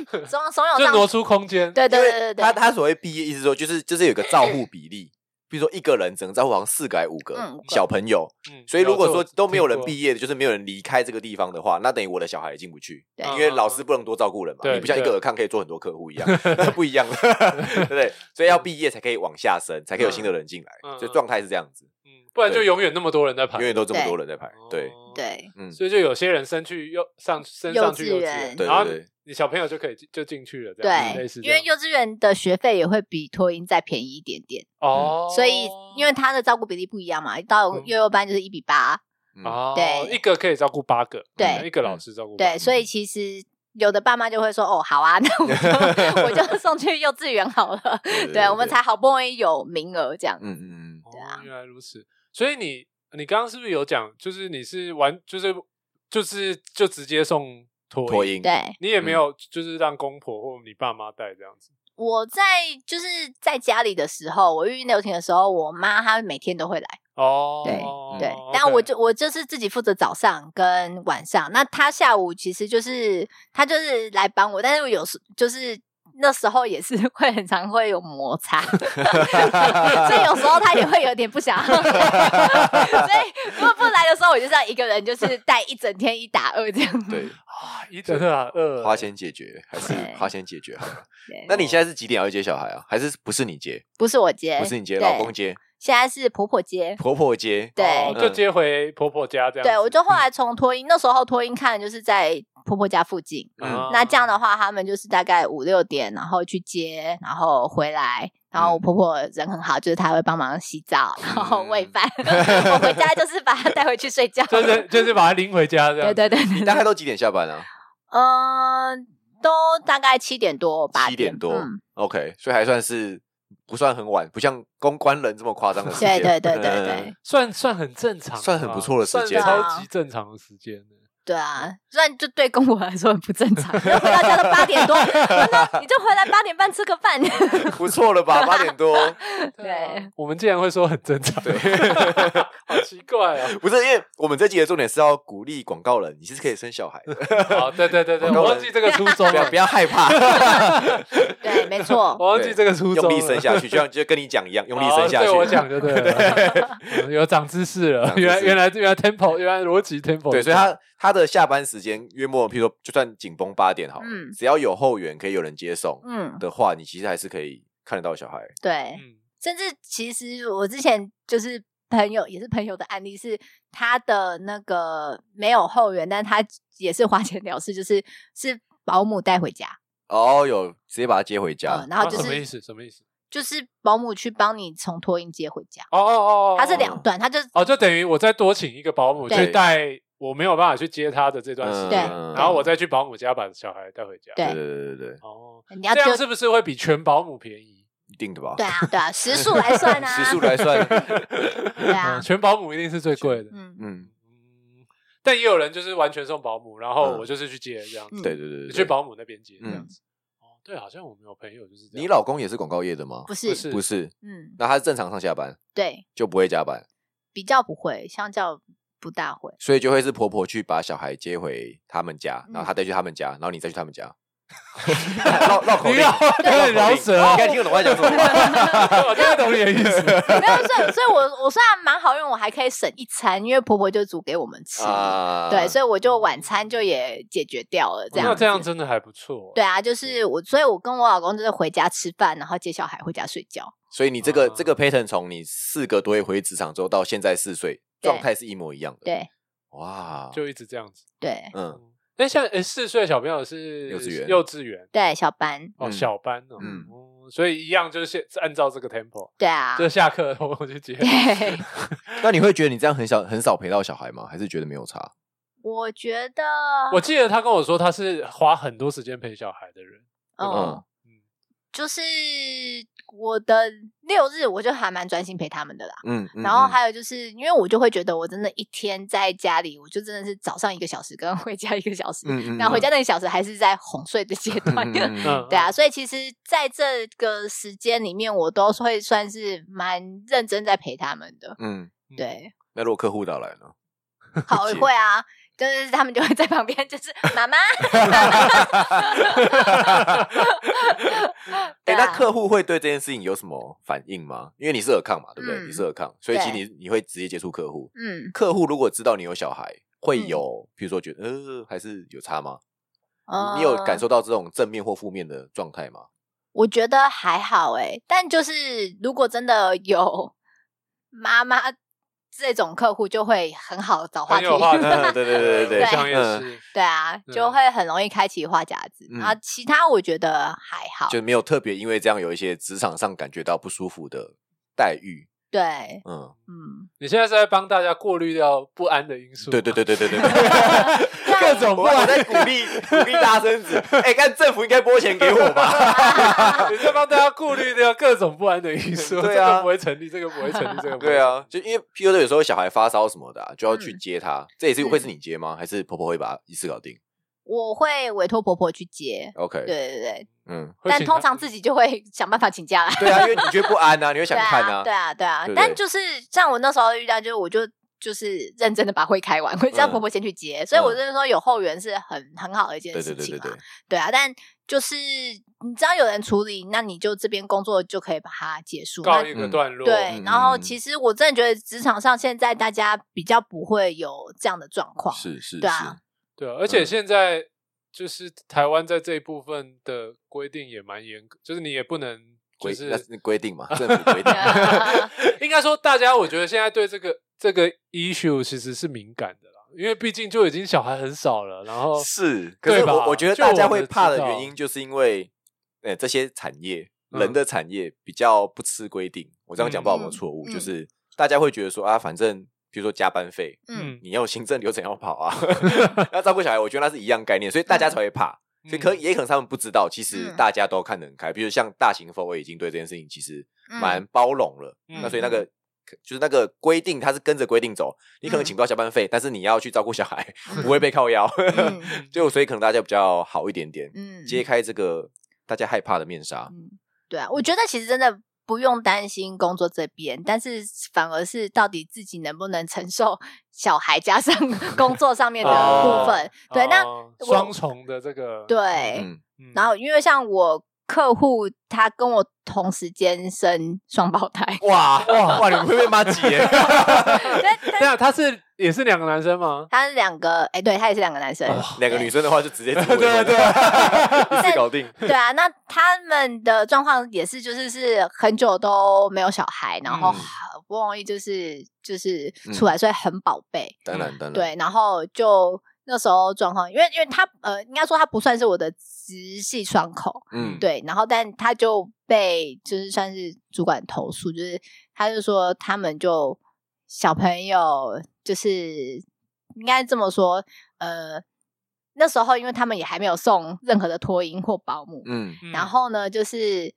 C: 总有
A: 就
C: 上
A: 挪出空间。
C: 对对
B: 因为
C: 对对对，
B: 他他所谓毕业，意思说就是就是有一个照护比例，比如说一个人只能照顾好像四个还五个
C: 嗯五个
B: 小朋友，
A: 嗯，
B: 所以如果
A: 有
B: 说
A: 这我
B: 都没有人
A: 听过
B: 毕业的，就是没有人离开这个地方的话，那等于我的小孩也进不去，
C: 对
B: 因为老师不能多照顾人嘛，
A: 嗯对
B: 你不像一个
A: 对
B: 尔康可以做很多客户一 样，那不一样的， 对不对？所以要毕业才可以往下升，才可以有新的人进来，
A: 嗯
B: 所以状态是这样子，
A: 嗯不然就永远那么多人在排
B: 永。远都这么多人在排，对，
A: 哦，
C: 对
B: 嗯，
A: 所以就有些人升去又上升上去
C: 幼
A: 幼稚
C: 稚园
A: 园，
B: 对
A: 然后
B: 对对
A: 你小朋友就可以进就进去了，这样类
C: 对
A: 似，这
C: 因为
A: 样
C: 幼稚园的学费也会比托婴再便宜一点点，
A: 哦，
C: 所以因为他的照顾比例不一样嘛，到
A: 嗯
C: 幼幼班就是一比八，
B: 嗯
A: 哦，
C: 对
A: 一个可以照顾八个，
C: 对
A: 嗯一个老师照顾八个
C: 对，所以其实。有的爸妈就会说：“哦，好啊，那 我就我就送去幼稚园好了。”
B: 对
C: 对，我们才好不容易有名额这样。
B: 嗯嗯
A: 哦
C: 对啊
A: 原来如此。所以你你刚刚是不是有讲，就是你是玩，就是就是就直接送
B: 嗯，
A: 托
B: 脱
A: 婴，
B: 音，
C: 对，
A: 你也没有就是让公婆或你爸妈带这样子，
C: 我在就是在家里的时候，我育婴留停的时候，我妈她每天都会来。
A: 哦，
C: 对，
A: OK
C: 但我就我就是自己负责早上跟晚上，那他下午其实就是他就是来帮我，但是我有时就是。那时候也是 会很常会有摩擦， 所以有时候他也会有点不想要来， 所以如果不来的时候，我就是要一个人，就是带一整天一打二这 样。
B: 对，
A: 啊一整啊二
B: 花钱解决还是
C: 对
B: 花钱解决好了。
C: 对
B: 那你现在是几点要去接小孩啊？还是不是你接？
C: 不是我接，
B: 不是你接，
C: 对
B: 老公接，
C: 现在是婆婆接。
B: 婆婆接。
C: 对
A: 哦
B: 嗯
A: 就接回婆婆家这样子。
C: 对，我就后来从托婴，那时候托婴看的就是在婆婆家附近，
B: 嗯
A: 啊
C: 那这样的话，他们就是大概五六点，然后去接，然后回来。然
B: 嗯
C: 后我婆婆人很好，就是她会帮忙洗澡，然后喂
B: 嗯
C: 饭。 我回家就是把她带回去睡觉。
A: 就是就是把他拎回家这样
C: 对
A: 子。
C: 对对，
B: 你大概都几点下班啊？
C: 嗯、都大概七点多八
B: 七点多
C: 嗯。
B: OK，所以还算是不算很晚，不像公关人这么夸张的时
C: 对
B: 间。
C: 对对对
B: 嗯
C: 对，
A: 算算很正常吧，
B: 算很不错的时间
A: 算超
C: 对啊
A: 级正常的时间呢。
C: 对啊，虽然就对公婆来说很不正常，要回到家都八点多，难道你就回来八点半吃个饭？
B: 不错了吧？八点多，啊
C: 对，
A: 啊我们竟然会说很正常，对， 好奇怪 啊！
B: 不是因为我们这集的重点是要鼓励广告人，你是可以生小孩
A: 哦
B: 的，
A: 好，对对对对，
B: 我
A: 我
B: 刚
A: 忘记这个初衷
B: 不要
A: 了
B: 不，要害怕，
C: 对，没错。
B: 哦
A: 我忘记这个初衷
B: 用
A: 了，哦
B: 力生下去，就像就跟你讲一样，用力生下
A: 好对我讲
B: 去。
A: 就 对了，嗯有长知识了
B: 长，知识
A: 原来原来原来 temple 原来逻辑 temple，
B: 对，所以他他的下班时间约莫，譬如说就算紧绷八点好了，
C: 嗯
B: 只要有后援可以有人接送
C: 嗯，
B: 的话，你其实还是可以看得到小孩。
C: 对，
A: 嗯，
C: 甚至其实我之前就是朋友，也是朋友的案例是他的那个没有后援，但他也是花钱了事，就是是保姆带回家，
B: 哦，有直接把他接回家，
C: 嗯，然后
A: 啊
C: 就
A: 什么意
C: 是
A: 思？什么意思？
C: 就是保姆去帮你从托运接回家，
A: 哦哦哦，哦
C: 他是两段，他就
A: 哦，就等于我再多请一个保姆
C: 对
A: 去带我没有办法去接他的这段时间，
B: 嗯
A: 啊然后我再去保姆家把小孩带回家。
C: 对
B: 对对对对对，
A: 哦，
C: 你要
A: 这
C: 就
A: 样是不是会比全保姆便宜？
B: 一定的吧？
C: 对啊对啊，时 数来算啊，
B: 时速来算，
C: 对啊
A: 嗯，全保姆一定是最贵的。
C: 嗯，
B: 嗯，
A: 嗯，但也有人就是完全送保姆，然后
B: 嗯
A: 我就是去接这样子，
C: 嗯
B: 对对对对
A: 你
B: 对，
A: 去保姆那边接这
B: 嗯
A: 样子。哦，对，好像我们有朋友就是这样。
B: 你老公也是广告业的吗？
C: 不是
A: 不是
B: 不是，
C: 嗯，
B: 那他是正常上下班
C: 对，
B: 就不会加班，
C: 比较不会，相较不大会。
B: 所以就会是婆婆去把小孩接回他们家，然
A: 嗯
B: 后他再去他们家，然后你再去他 们家。绕绕口
A: 你
B: 令，
A: 要对
B: 绕口
A: 饶
B: 令
A: 舌，
B: 你应该听得懂我在讲什么 吧。
A: 我听得懂你的意 思。
C: 没有，所以所以我我虽然蛮好用，我还可以省一餐，因为婆婆就煮给我们吃，
B: 啊
C: 对，所以我就晚餐就也解决掉了，这样
A: 哦那
C: 子
A: 这样真的还不错。
C: 对啊，就是我，所以我跟我老公就是回家吃饭，然后接小孩回家睡觉，
B: 所以你这个、
A: 啊
B: 这个 pattern 从你四个多月回职场之后到现在四岁，
C: 对
B: 状态是一模一样的。
C: 对
B: 哇，
A: 就一直这样子。
C: 对
B: 嗯
A: 那像诶四岁小朋友是
B: 幼稚园
A: 幼稚园
C: 对，小班，
A: 哦，
B: 嗯
A: 小班哦，
B: 嗯
A: 哦所以一样就是现按照这个 tempo，
C: 对啊，
A: 就下课我我去接。
C: 对，
B: 那你会觉得你这样很少很少陪到小孩吗？还是觉得没有差？
C: 我觉得
A: 我记得他跟我说他是花很多时间陪小孩的人。
B: 嗯，
C: 嗯
A: 哦
C: 就是我的六日我就还蛮专心陪他们的啦。
B: 嗯，嗯
C: 然后
B: 嗯
C: 还有就是，因为我就会觉得我真的一天在家里，我就真的是早上一个小时跟 回家一个小时，
B: 嗯嗯
C: 那、回家那个小时还是在哄睡的阶段。
B: 嗯
A: 嗯，
C: 对啊，，所以其实在这个时间里面，我都会算是蛮认真在陪他们的。
B: 嗯，
C: 对，
B: 那如果客户打来呢？
C: 好
B: 解
C: 会啊，就是他们就会在旁边，就是妈妈，
B: 哎、
C: 对啊
B: 那客户会对这件事情有什么反应吗？因为你是尔康嘛，对不对？
C: 嗯
B: 你是尔康，所以其实
C: 对
B: 你你会直接接触客户。
C: 嗯
B: 客户如果知道你有小孩，会有比、如说觉得呃还是有差吗？你你有感
C: 受？
B: 受到这种正面或负面的状态吗？
C: 嗯我觉得还好诶、但就是如果真的有妈妈这种客户，就会很好的找话
A: 很
C: 题。
A: 有话题
B: 嗯对对对 对
A: 我想也
B: 嗯
A: 是。
C: 对啊，
A: 对
C: 就会很容易开启话匣子。
B: 嗯
C: 然后其他我觉得还好，
B: 就没有特别因为这样有一些职场上感觉到不舒服的待遇。
C: 对，
B: 嗯，
C: 嗯，
A: 你现在是在帮大家过滤掉不安的因素，
B: 对对对对对对对，
A: 各种不
B: 我我
A: 安。
B: 在鼓励鼓励大孙子，哎、看政府应该拨钱给我 吧。
A: 你在帮大家顾虑掉各种不安的因素，
B: 对 啊
A: 这个不会成立，这个不会成立，这个不会
B: 对啊，就因为譬如说有时候小孩发烧什么的、啊，就要去
C: 嗯
B: 接他，这也是
C: 嗯
B: 会是你接吗？还是婆婆会把一次搞定
C: 我会委托婆婆去接。
B: ？OK，
C: 对对对，
B: 嗯，
A: 会
C: 但
A: 请
C: 通
A: 他
C: 常自己就会 想办法请假啦。
B: 对啊，因为你觉得不安啊，你会 想看
C: 对啊，对
B: 对
C: 啊，对啊。
B: 不对
C: 但就是像我那时候遇到，就是我就就是认真的把会开完，会
B: 嗯
C: 让婆婆先去接，所以我就是说有后援是很很好的一件
B: 对对
C: 事
B: 对
C: 情
B: 对
C: 啊。
B: 对，
C: 对啊，但就是你知道有人处理，那你就这边工作就可以把它结束。
A: 告
C: 那
A: 一个段落。
C: 对
B: 嗯，
C: 然后其实我真的觉得职场上现在大家比较不会有这样的状况，
B: 是是
C: 对啊
B: 是，
A: 对啊，而且
B: 嗯
A: 现在就是台湾在这一部分的规定也蛮严格，就是你也不能就
B: 规
A: 是
B: 那是规定嘛，政府规定。
A: 应该说，大家我觉得现在对这个这个 issue 其实是敏感的啦，因为毕竟就已经小孩很少了，然后
B: 是，可
A: 哦
B: 是
A: 对吧
B: 我我觉得
A: 就
B: 大
A: 我
B: 家
A: 们
B: 会
A: 知
B: 怕的
A: 道
B: 原因，就是因为，呃，这些产业
A: 嗯
B: 人的产业比较不吃规定。我这样讲不知道有没有
C: 嗯
B: 错误，
C: 嗯
B: 就是大家会觉得说啊，反正比如说加班费，
C: 嗯，
B: 你要行政流程要跑啊， 要照顾小孩，我觉得那是一样概念，所以大家才会怕。所以可
A: 嗯
B: 也可能他们不知道，其实
C: 嗯
B: 大家都看得很开。比如像大型 f 我已经对这件事情其实
C: 嗯
B: 蛮包容了。
A: 嗯
B: 那所以那个就是那个规定，它是跟着规定走。你可能请不到加班费，但是你要去照顾小孩，不会被靠腰。
C: 嗯
B: 就所以可能大家比较好一点点，
C: 嗯
B: 揭开这个大家害怕的面纱。
C: 嗯，对啊，我觉得其实真的不用担心工作这边，但是反而是到底自己能不能承受 小孩加上工作上面的部分。对，那
A: 哦双重的这个
C: 对
B: 嗯，
A: 哦嗯
C: 然后因为像我客户他跟我同时间生双胞胎，
B: 哇哇哇，你们会被骂几耶？
C: 但但
A: 那他是也是两个男生吗？
C: 他是两个，哎、对他也是两个男生，
B: 两个女生的话就直接对
A: 对对
B: 对，一次搞定。
C: 啊对啊，那他们的状况也是，就是是很久都没有小孩，然后
B: 嗯
C: 好不容易就是就是出来，所以很宝贝。
B: 当然当然，
C: 对，然后就那时候状况，因为因为他呃，应该说他不算是我的直系窗口，
B: 嗯，
C: 对，然后但他就被就是算是主管投诉，就是他就说他们就小朋友就是应该这么说，呃，那时候因为他们也还没有送任何的托婴或保姆，
B: 嗯
A: 嗯
C: 然后呢就是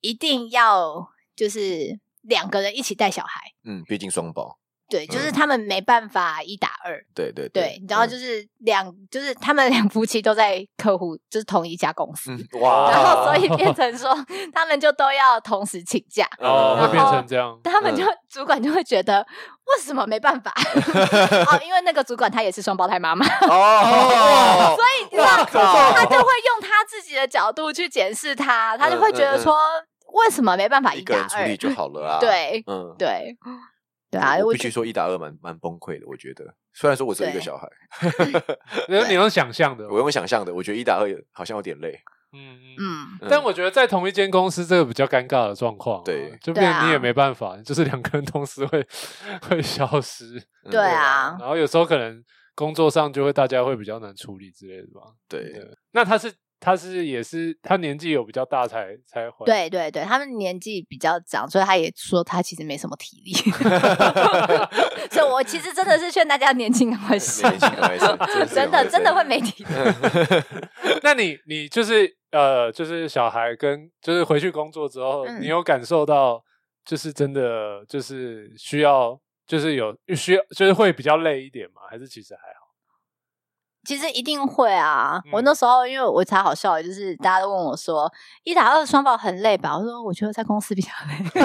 C: 一定要就是两个人一起带小孩，
B: 嗯，毕竟双胞，
C: 对，就是
B: 嗯
C: 他们没办法一打二。
B: 对对嗯
C: 对，然后就是两，就是他们两夫妻都在客户，就是同一家公司，
B: 嗯嗯 哇，
C: 然后所以变成说他们就都要同时请假，
B: 嗯呃
A: 哦，
C: 然
A: 会
C: 后
A: 变成这样。
C: 他们就、主管就会觉得为什么没办法？ 哦，因为那个主管她也是双胞胎妈妈，
B: 哦
C: 所，以你知道
B: 靠
C: 他就会用他自己的角度去检视他，他就会觉得说为什么没办法
B: 嗯哦一个
C: 打
B: 人处
C: 二？
B: 理就好了啊。，
C: 对
B: 嗯，
C: 对对啊，
B: 我
C: 我
B: 必须
C: 觉
B: 说一打二蛮蛮崩溃的，我觉得。虽然说我只有一个
C: 对
B: 小孩，
A: 你你能想象的，哦
B: 我用想象的，我觉得一打二好像有点累。
A: 嗯嗯。
C: 嗯，
A: 但我觉得在同一间公司，这个比较尴尬的状况啊，
B: 对
A: 就
C: 对
A: 变
C: 啊
A: 成你也没办法，就是两个人同时会 会消失，
B: 嗯
C: 对啊，
A: 然后有时候可能工作上就会大家会比较难处理之类的吧。
B: 对，
A: 那他是他是也是他年纪有比较大才才怀，
C: 对对对，他们年纪比较长，所以他也说他其实没什么体力，所以我其实真的是劝大家年轻赶快生
B: 年轻 赶 快生真的是赶快
C: 真的
B: 生
C: 真的会没体力。
A: 那你你就是呃，就是小孩跟就是回去工作之后，
C: 嗯
A: 你有感受到就是真的就是需要就是有需要就是会比较累一点吗？还是其实还好？
C: 其实一定会啊！我
A: 嗯
C: 那时候因为我才好笑，就是大家都问我说一打二双保很累吧？我说我觉得在公司比较 累。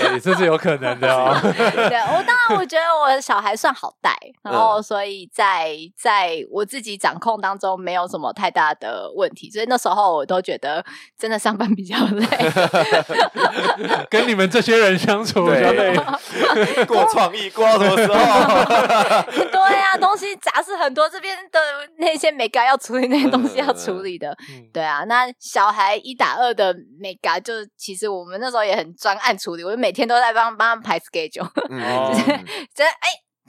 A: 哎、这是有可能的哦。
C: 对我当然我觉得我的小孩算好带，然后
B: 嗯
C: 所以在在我自己掌控当中没有什么太大的问题，所以那时候我都觉得真的上班比较 累。
A: 跟你们这些人相处比较累
B: 对， 过创意过到什么时候？
C: 对啊，东西杂事很多，这边的那些美嘎要处理，那些东西要处理的。
A: 嗯
C: 对啊，那小孩一打二的美嘎，就是其实我们那时候也很专案处理，我就每天都在帮帮他们排 schedule。
B: 嗯
A: 哦
C: 这哎。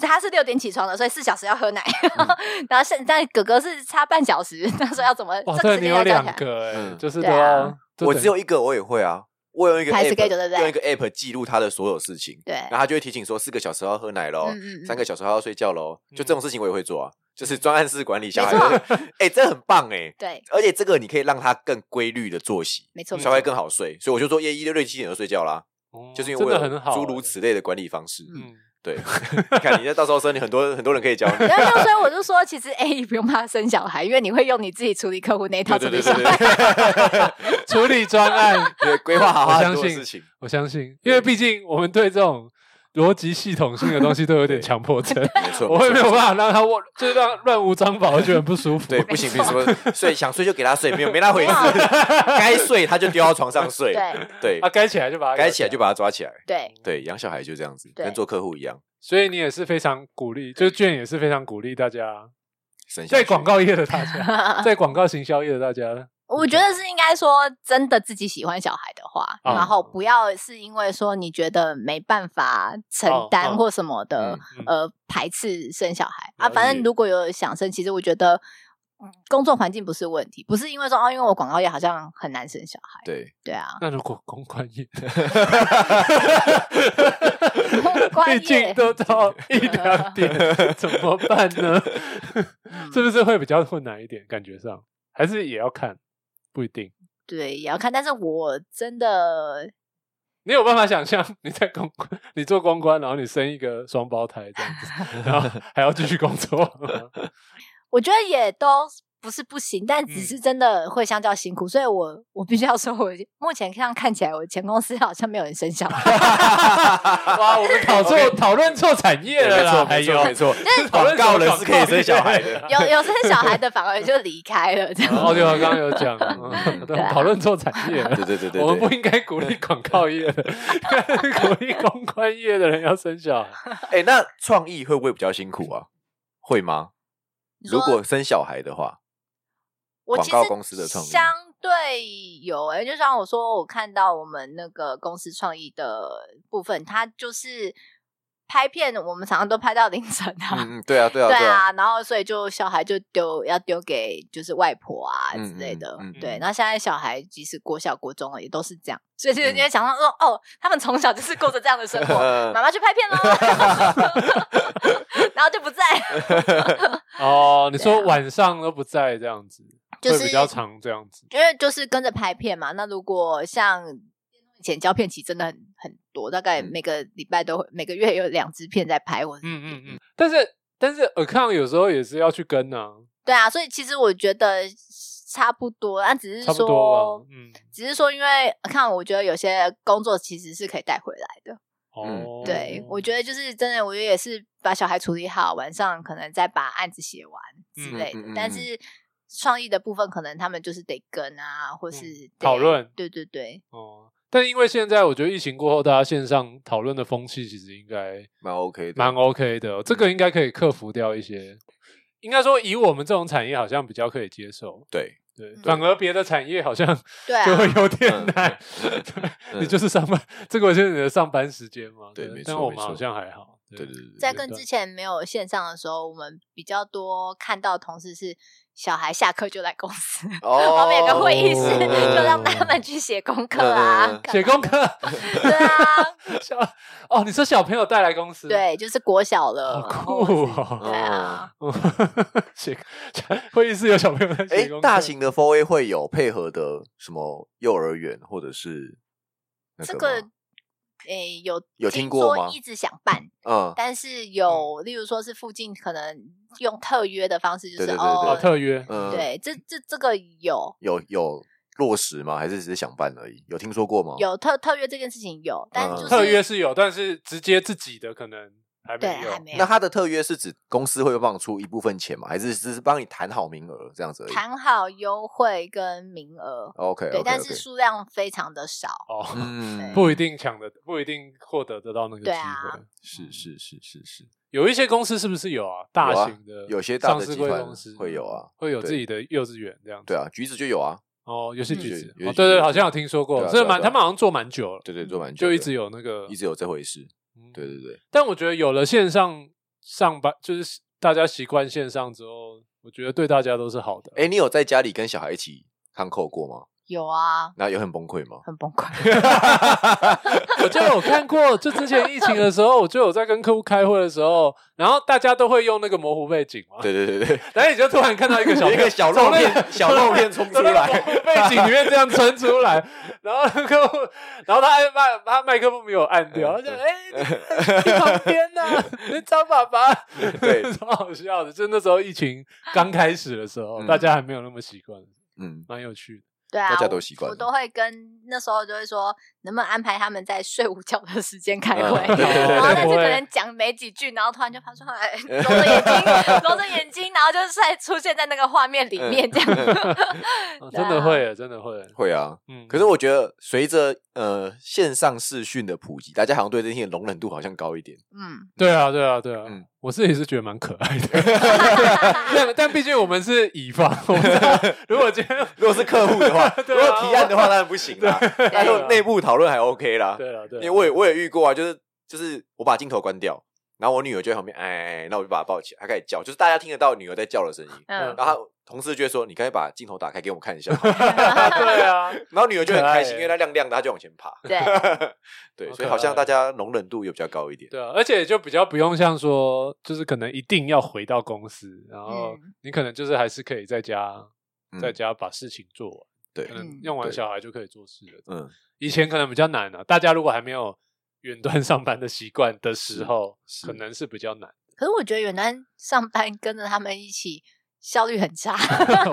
C: 他是六点起床的，所以四小时要喝奶。
A: 嗯
C: 然后现在哥哥是差半小时， 他说要怎么？
A: 哇，
C: 这个
A: 对
C: 时
A: 你
C: 间
A: 有
C: 要叫
A: 两
C: 起来
A: 个哎、
B: 嗯
A: 就是都
C: 对啊
A: 要。
B: 我只有一个，我也会啊。我用一个
C: 排 schedule，
B: app，
C: 对不对
B: 用一个 app 记录他的所有事情，
C: 对，
B: 然
A: 啊
B: 后他就会提醒说四个小时要喝奶喽
C: 嗯嗯，嗯嗯
B: 三个小时要睡觉喽。就
A: 嗯
B: 这种事情我也会做啊，就是专案式管理小孩
C: 没错
B: 就是。哎，这很棒哎，
C: 对，
B: 而且这个你可以让他更规律的作息，
C: 没错，没
B: 稍微
C: 错。
B: 更好睡。所以我就说夜一六六七点就睡觉啦，
A: 哦
B: 就是因为
A: 真
B: 我
A: 的很
B: 有
A: 好、
B: 诸如
A: 哎
B: 此类的管理方式。
A: 嗯，
B: 对，你看你在到时候生，你很多很多人可以教你。
C: 然后就所以我就说，其实 A 不用怕生小孩，因为你会用你自己处理客户那一套
B: 对
C: 处
B: 对
C: 理
B: 对
C: 小
B: 对
C: 孩。
B: 对，
A: 嗯 处理专案，
B: 对规划好
A: 我
B: 很
A: 相
B: 多
A: 信
B: 事情。
A: 我相信，因为毕竟我们对这种逻辑系统性的东西都有点强迫 症，
B: 没错，
A: 我会没有
B: 错。
A: 办法让他我就是让乱无章法，我觉得很不舒服。
B: 对，不行，
C: 没
B: 凭什么睡？想睡就给他睡，没有没那 回事。该睡他就丢到床上睡。
C: 对
B: 对
A: 啊，，该起来就把它
B: 该起来就
A: 把。
B: 把他抓起来。
C: 对，
B: 对，养小孩就这样子，
C: 对
B: 跟做客户一样。
A: 所以你也是非常鼓励，就是卷也是非常鼓励大家，
B: 生下
A: 在
B: 去
A: 广告业的大 家，在广告行销业的大家，
C: 我觉得是应该说，真的自己喜欢小孩的话，
A: 嗯
C: 然后不要是因为说你觉得没办法承
A: 哦
C: 担
A: 哦
C: 或什么的，
A: 嗯
C: 呃，排斥生小孩
A: 了
C: 啊。
A: 解，
C: 反正如果有想生，其实我觉得嗯工作环境不是问题，不是因为说哦，因为我广告业好像很难生小孩，
B: 对，
C: 对啊
A: 那如果公关业，
C: 公关
A: 毕竟
C: 业
A: 都到一两点，怎么办呢？
C: 嗯
A: 是不是会比较困难一点？感觉上还是也要看，不一定。
C: 对也要看，但是我真的
A: 你有办法想象你在公关，你做公关，然后你生一个双 胞胎这样子，然后还要继续工作吗？
C: 我觉得也都不是不行，但只
A: 嗯
C: 是真的会相较辛苦，所以我我必须要说我，目前这样看起来，我前公司好像没有人生小孩，
A: 哇，我们讨错讨论错产业了
B: 没错
A: 啦，还
B: 没
A: 有
B: 错没 错，
A: 讨
B: 广
A: 论
B: 告人
A: 人
B: 是可以生小孩的。
C: 有有生小孩的反而就离开了，这样
A: 哦，对，我刚刚有 讲，嗯
C: 对啊
A: 讨论做产业了。
B: 对对对对
A: 我们不
B: 对，
A: 应该鼓励广告业 的，应该鼓励公关业的人要生小孩。
B: 哎，那创意会不会比较辛苦啊？会吗？
C: 你说
B: 如果生小孩的 话，
C: 我
B: 广
C: 其
B: 告
C: 实
B: 公司的创意
C: 相对有哎、就像我说，我看到我们那个公司创意的部分，它就是拍片，我们常常都拍到凌晨啊。
B: 嗯嗯，对啊对啊
C: 对
B: 对啊，
C: 啊，然后所以就小孩就丢要丢给就是外婆啊
B: 嗯
C: 之类的，
B: 嗯嗯
C: 对。
B: 嗯
C: 那现在小孩即使国小、国中了，也都是这样，所以就是
B: 嗯
C: 因为想到说，哦，他们从小就是过着这样的生 活，
B: 呃
C: 妈妈去拍片喽， 然后就不在，
A: 哦，你说
C: 对啊
A: 晚上都不在这样子，
C: 就是
A: 会比较长这样子。
C: 因为就是跟着拍片嘛。那如果像以前胶片期真的很很多，大概
B: 嗯
C: 每个礼拜都会每个月有两支片在拍，我
A: 嗯嗯嗯。但是但是 account 有时候也是要去跟啊，
C: 对啊，所以其实我觉得差不多，但只是
A: 差不多
C: 说
A: 吧。。嗯，
C: 只是说，因为看，我觉得有些工作其实是可以带回来的。
A: 哦，
C: 嗯对，我觉得就是真的，我觉得也是把小孩处理好，晚上可能再把案子写完之类
B: 嗯
C: 的。
B: 嗯嗯嗯
C: 但是创意的部分，可能他们就是得跟啊，或是
A: 嗯
C: 得
A: 讨论
C: 对对对，
A: 哦。但因为现在我觉得疫情过后，大家线上讨论的风气其实应该
B: 蛮 OK 的，
A: 蛮 OK 的，这个应该可以克服掉一
C: 嗯
A: 些。应该说，以我们这种产业好像比较可以接受，
B: 对，
A: 对，
C: 嗯
A: 反而别的产业好像
C: 对啊
A: 就会有点难。
B: 嗯
A: 你就是上班，这个就是你的上班时间嘛。
B: 对没错
A: 但我们
B: 没错
A: 好像还好。
B: 对对对对
C: 在 跟之前没有线上的时候，我们比较多看到同事是小孩下课就来公司，
B: 哦
C: 我们有个会议室，
A: 哦
C: 就让他们去写功课啊，
B: 嗯嗯嗯
C: 干嘛
A: 写功课，
C: 对啊，
A: 小哦，你说小朋友带来公司，，
C: 对，就是国小了，
A: 好
C: 然
A: 酷
C: 后对
A: 哦。
C: 啊，
A: 写会议室有小朋友在
B: 哎
A: 写功，课，
B: 大型的 Four A 会有配合的什么幼儿园或者是那
C: 这
B: 个
C: 个
B: 吗
C: 诶有
B: 有听
C: 听
B: 过
C: 说
B: 吗
C: 一直想办，
B: 嗯，
C: 但是有例如说是附近可能用特约的方式，就
B: 对
C: 是
B: 对对
A: 哦
C: 哦，
A: 特约，
B: 嗯
C: 对，这这这个有
B: 有有落实吗？还是只是想办而已？有听说过吗？
C: 有特特约这件事情有，但
B: 嗯
C: 就是
A: 特约是有，但是直接自己的可能还
C: 对
A: 没有
C: 还。没有
B: 那他的特约是指公司会帮你出一部分钱吗？还是只是帮你谈好名额这样子而已
C: 谈好优惠跟名额，
B: ？OK，
C: 对，但是数量非常的少，
A: 哦，
B: 嗯，
A: 不一定抢的，不一定获得得到那个机
C: 对啊
A: 会。
B: 是是是是是，
A: 有一些公司是不是有啊？大型的
B: 有些大
A: 上
B: 的
A: 市
B: 集
A: 贵
B: 团
A: 公司
B: 会有，啊，
A: 会有
B: 对
A: 自己的幼稚园这样子。
B: 对啊，橘子就有啊，
A: 哦，游戏
C: 嗯
A: 橘
B: 有
A: 子，
B: 有
A: 哦对
B: 些橘
A: 对，
B: 子
A: 好像有听说
B: 对
A: 过，
B: 啊
A: 这
B: 对啊
A: 蛮
B: 对啊
A: 他们好像做蛮久了，
B: 对对，做蛮久
A: 嗯就
B: 的
A: 一直有那个
B: 一直有这回事，
A: 嗯
B: 对对对，
A: 但我觉得有了线上上班，就是大家习惯线上之后，我觉得对大家都是好的。
B: 哎，你有在家里跟小孩一起看扣过吗？
C: 有啊，
B: 那有很崩溃 吗？
C: 很崩溃。
A: 我就有看过，就之前疫情的时候，我就有在跟客户开会的时候，然后大家都会用那个模糊背景嘛，
B: 对对对对，
A: 然后你就突然看到一个小
B: 一个小肉
A: 从那个
B: 片小肉片冲出
A: 从那个
B: 来
A: 模糊背景里面这样穿出来，然后那个户，然后他按麦他麦克风没有按掉，他
B: 嗯
A: 就哎、你你旁边呢、 那张爸爸，
B: 对
A: 超好笑的。就那时候疫情刚开始的时候，
B: 嗯
A: 大家还没有那么习惯，
B: 嗯，
A: 蛮有趣的。
C: 对啊，
B: 大家
C: 我
B: 都习惯
C: 我
B: 了
C: 都会跟那时候就会说，能不能安排他们在睡午觉的时间开会，
B: 嗯对对对
C: 然后哦但是
A: 不
C: 可
A: 哦会
C: 能讲没几句，然后突然就跑 出来，揉着眼睛，揉着眼睛，然后就是在出现在那个画面里
B: 嗯
C: 面这样。
A: 哦
C: 对啊
A: 真的会耶，真的会耶。
B: 会啊。
A: 嗯，
B: 可是我觉得随着呃线上视讯的普及，大家好像对这些容忍度好像高一点。
C: 嗯，
A: 对啊，对啊，对啊，
B: 嗯
A: 我自己是觉得蛮可爱的。 但但毕竟我们是乙方，我们知道如果今 天
B: 如果是客户的话，如
A: 对啊
B: 果提案的话，当然不行啦。那如
C: 啊
B: 果内部讨论还 OK 啦。
A: 对了，对啊
B: 因
A: 啦，
B: 为我也我也遇过啊，就是就是我把镜头关掉，然后我女儿就在旁边，哎，那我就把她抱起来，她开始叫，就是大家听得到女儿在叫的声音。
C: 嗯
B: 然，后她同事就会说：“你赶紧把镜头打开给我们看一下。
A: 对啊，”
B: 然后女儿就很开心，
A: 可爱
B: 因为她亮亮的，她就往前爬。
C: 对，
B: 对，
A: 好
B: 所以
A: 可
B: 好像
A: 爱
B: 大家容忍度也比较高一点。
A: 对啊，而且就比较不用像说，就是可能一定要回到公司，然后
C: 嗯
A: 你可能就是还是可以在家，
B: 嗯
A: 在家把事情做完，
B: 对
A: 可能
C: 嗯
A: 用完
B: 对
A: 小孩就可以做事了。
B: 嗯，
A: 以前可能比较难啊，大家如果还没有远端上班的习惯的时候，
B: 是
A: 可能是比较难。
C: 可是我觉得远端上班跟着他们一起。效率很差，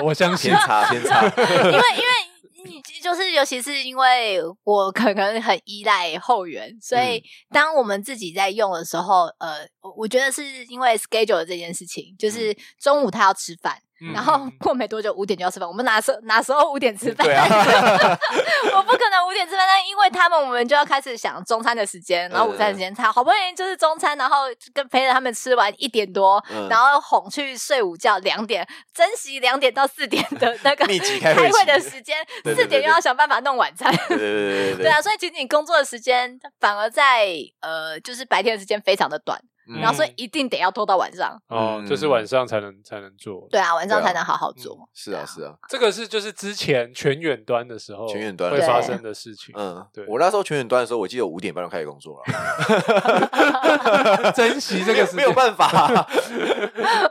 A: 我相信
B: 偏。差偏 差，
C: 因为因为你就是尤其是因为我可能很依赖后援，所以当我们自己在用的时候，呃，我我觉得是因为 schedule 这件事情，就是中午他要吃饭。
A: 嗯
C: 然后过没多久五点就要吃饭，我们哪时候哪时候五点吃饭？
B: 对啊，
C: 我不可能五点吃饭，但因为他们，我们就要开始想中餐的时间，然后午餐的时间，他好不容易就是中餐，然后跟陪着他们吃完一点多，
B: 嗯
C: 然后哄去睡午觉两点， 珍惜两点到四点的那个
B: 密集开
C: 开
B: 会期
C: 会的时间，
B: 对对对
C: 四点又要想办法弄晚餐。
B: 对对 对对
C: 对啊，，所以仅仅工作的时间反而在呃，就是白天的时间非常的短，
B: 嗯
C: 然后所以一定得要拖到晚上。
A: 哦，就是晚上才能才能做。
C: 对啊，晚上
B: 对啊
C: 才能好好做。
B: 是啊是啊，
A: 这个是就是之前全远端的时候，
B: 全远端
A: 会发
C: 对
A: 生的事情。
B: 嗯
A: 对，
B: 我那时候全远端的时候，我记得五点半就开始工作了，
A: 珍惜这个时
B: 没有
A: 间，啊
B: 办法，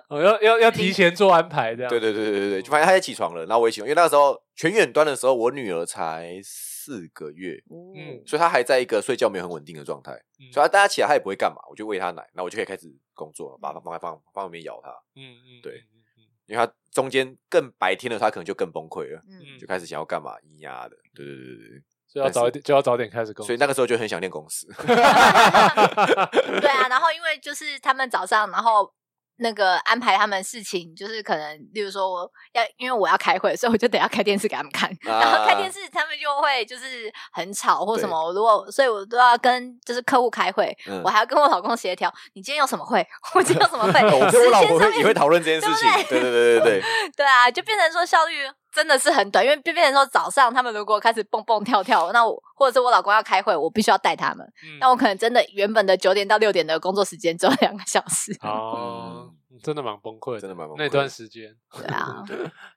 A: 哦要要要提前做安排，这样
B: 对对对对对对，就发现他也起床了，然后我也起床，因为那时候全远端的时候，我女儿才四个月，
A: 嗯
B: 所以她还在一个睡觉没有很稳定的状态，
A: 嗯
B: 所以她大家起来她也不会干嘛，我就喂她奶，那我就可以开始工作，把她放在放放旁边咬她，
A: 嗯嗯，
B: 对
A: 嗯，嗯
B: 因为她中间更白天的她可能就更崩溃了，
C: 嗯
A: 嗯
B: 就开始想要干嘛咿呀的，对对对对对。
A: 所以要早一点就要早点开始工
B: 所
A: 作
B: 以。那个时候就很想念公 司，嗯
C: 对 啊，然后因为就是他们早上，然后那个安排他们事情，就是可能，例如说我要因为我要开会，所以我就得要开电视给他们看。
B: 啊
C: 然后开电视，他们就会就是很吵或什么。我如果，所以我都要跟就是客户开会，
B: 嗯
C: 我还要跟我老公协调， 你今天有什么会，我今天有什么会，
B: 哦我
C: 时
B: 跟我老
C: 间
B: 婆
C: 上
B: 会也会
C: 面
B: 讨论这件事情，对
C: 对
B: 对对对对，
C: 对啊，就变成说效率真的是很短，因为变变成说早上他们如果开始蹦蹦跳跳，那我或者是我老公要开会，我必须要带他们，
A: 嗯
C: 那我可能真的原本的九点到六点的工作时间只有两个小时。
A: 哦，真的蛮崩溃，
B: 嗯真的蛮崩溃
A: 那段时间，
C: 对啊，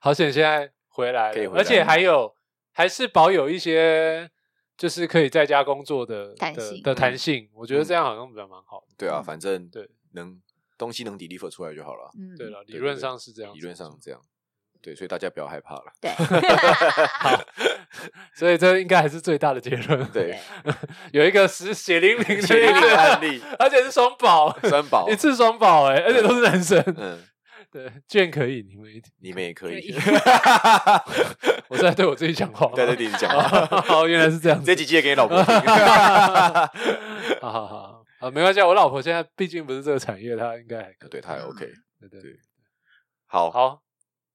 A: 好险现在回来了
B: 可以回来
A: 而且还有还是保有一些就是可以在家工作的
C: 弹
A: 的
C: 性嗯
A: 的弹性，我
B: 嗯
A: 觉得这样好像比较蛮好的。
B: 对啊，反正
A: 嗯对
B: 能东西能 deliver 出来就好了，
C: 嗯，
A: 对了，理
B: 对
A: 论
B: 对
A: 上是这样，
B: 理论上是这样，对，所以大家不要害怕了，
C: 对，
A: 所以这应该还是最大的结论。
B: 对，
C: 啊
A: 有一个实血淋淋的
B: 血淋淋的案例，
A: 而且是双保，
B: 三宝
A: 一，次双保哎，而且都是男生。
B: 嗯，
A: 对，卷可以，你们 一定。
B: 你们也可以，
A: 我是在对我自己讲话吗。
B: 对对对，你讲话，
A: 哦，原来是这样子。
B: 这几集也给你老婆听，
A: 好好好啊，没关系啊，我老婆现在毕竟不是这个产业，她应该还可以。
B: 对，他也 OK，
A: 对对
B: 对好，
A: 嗯 好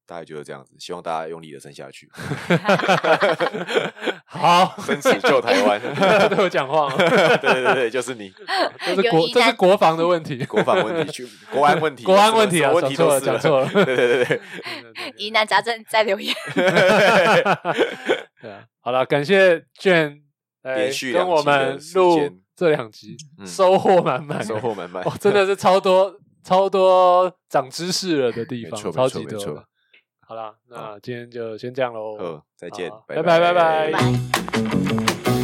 B: 大概就是这样子，希望大家用力的撑下去，
A: 好，
B: 生死救台湾，
A: 对我讲话吗，
B: 对对对对，就是你，
A: 这是
C: 有
A: 国
C: 疑
A: 这是
C: 难
A: 国防的问题，
B: 国防问题去，国安问题，
A: 国安问题啊，
B: 什么问
A: 讲
B: 题
A: 错
B: 都
A: 了，
B: 是
A: 讲错 了，
B: 对对对
A: 对对
C: 疑 难杂症再留言，
A: 对对啊，好了，感谢卷来
B: 连续
A: 跟
B: 两
A: 我
B: 集的
A: 们
B: 时
A: 录
B: 间
A: 这两集，
B: 嗯
A: 收获满满
B: 对，，收获满满
A: 哇，，哦真的是超多超多长知识了的地
B: 没
A: 方，
B: 错
A: 超
B: 没错
A: 级
B: 没
A: 多
B: 错
A: 的。
B: Ừ,
A: 好啦，那今天就先这样喽。Ờ.
B: 呃，再见
A: 好，
B: 拜
A: 拜拜拜拜
C: 拜。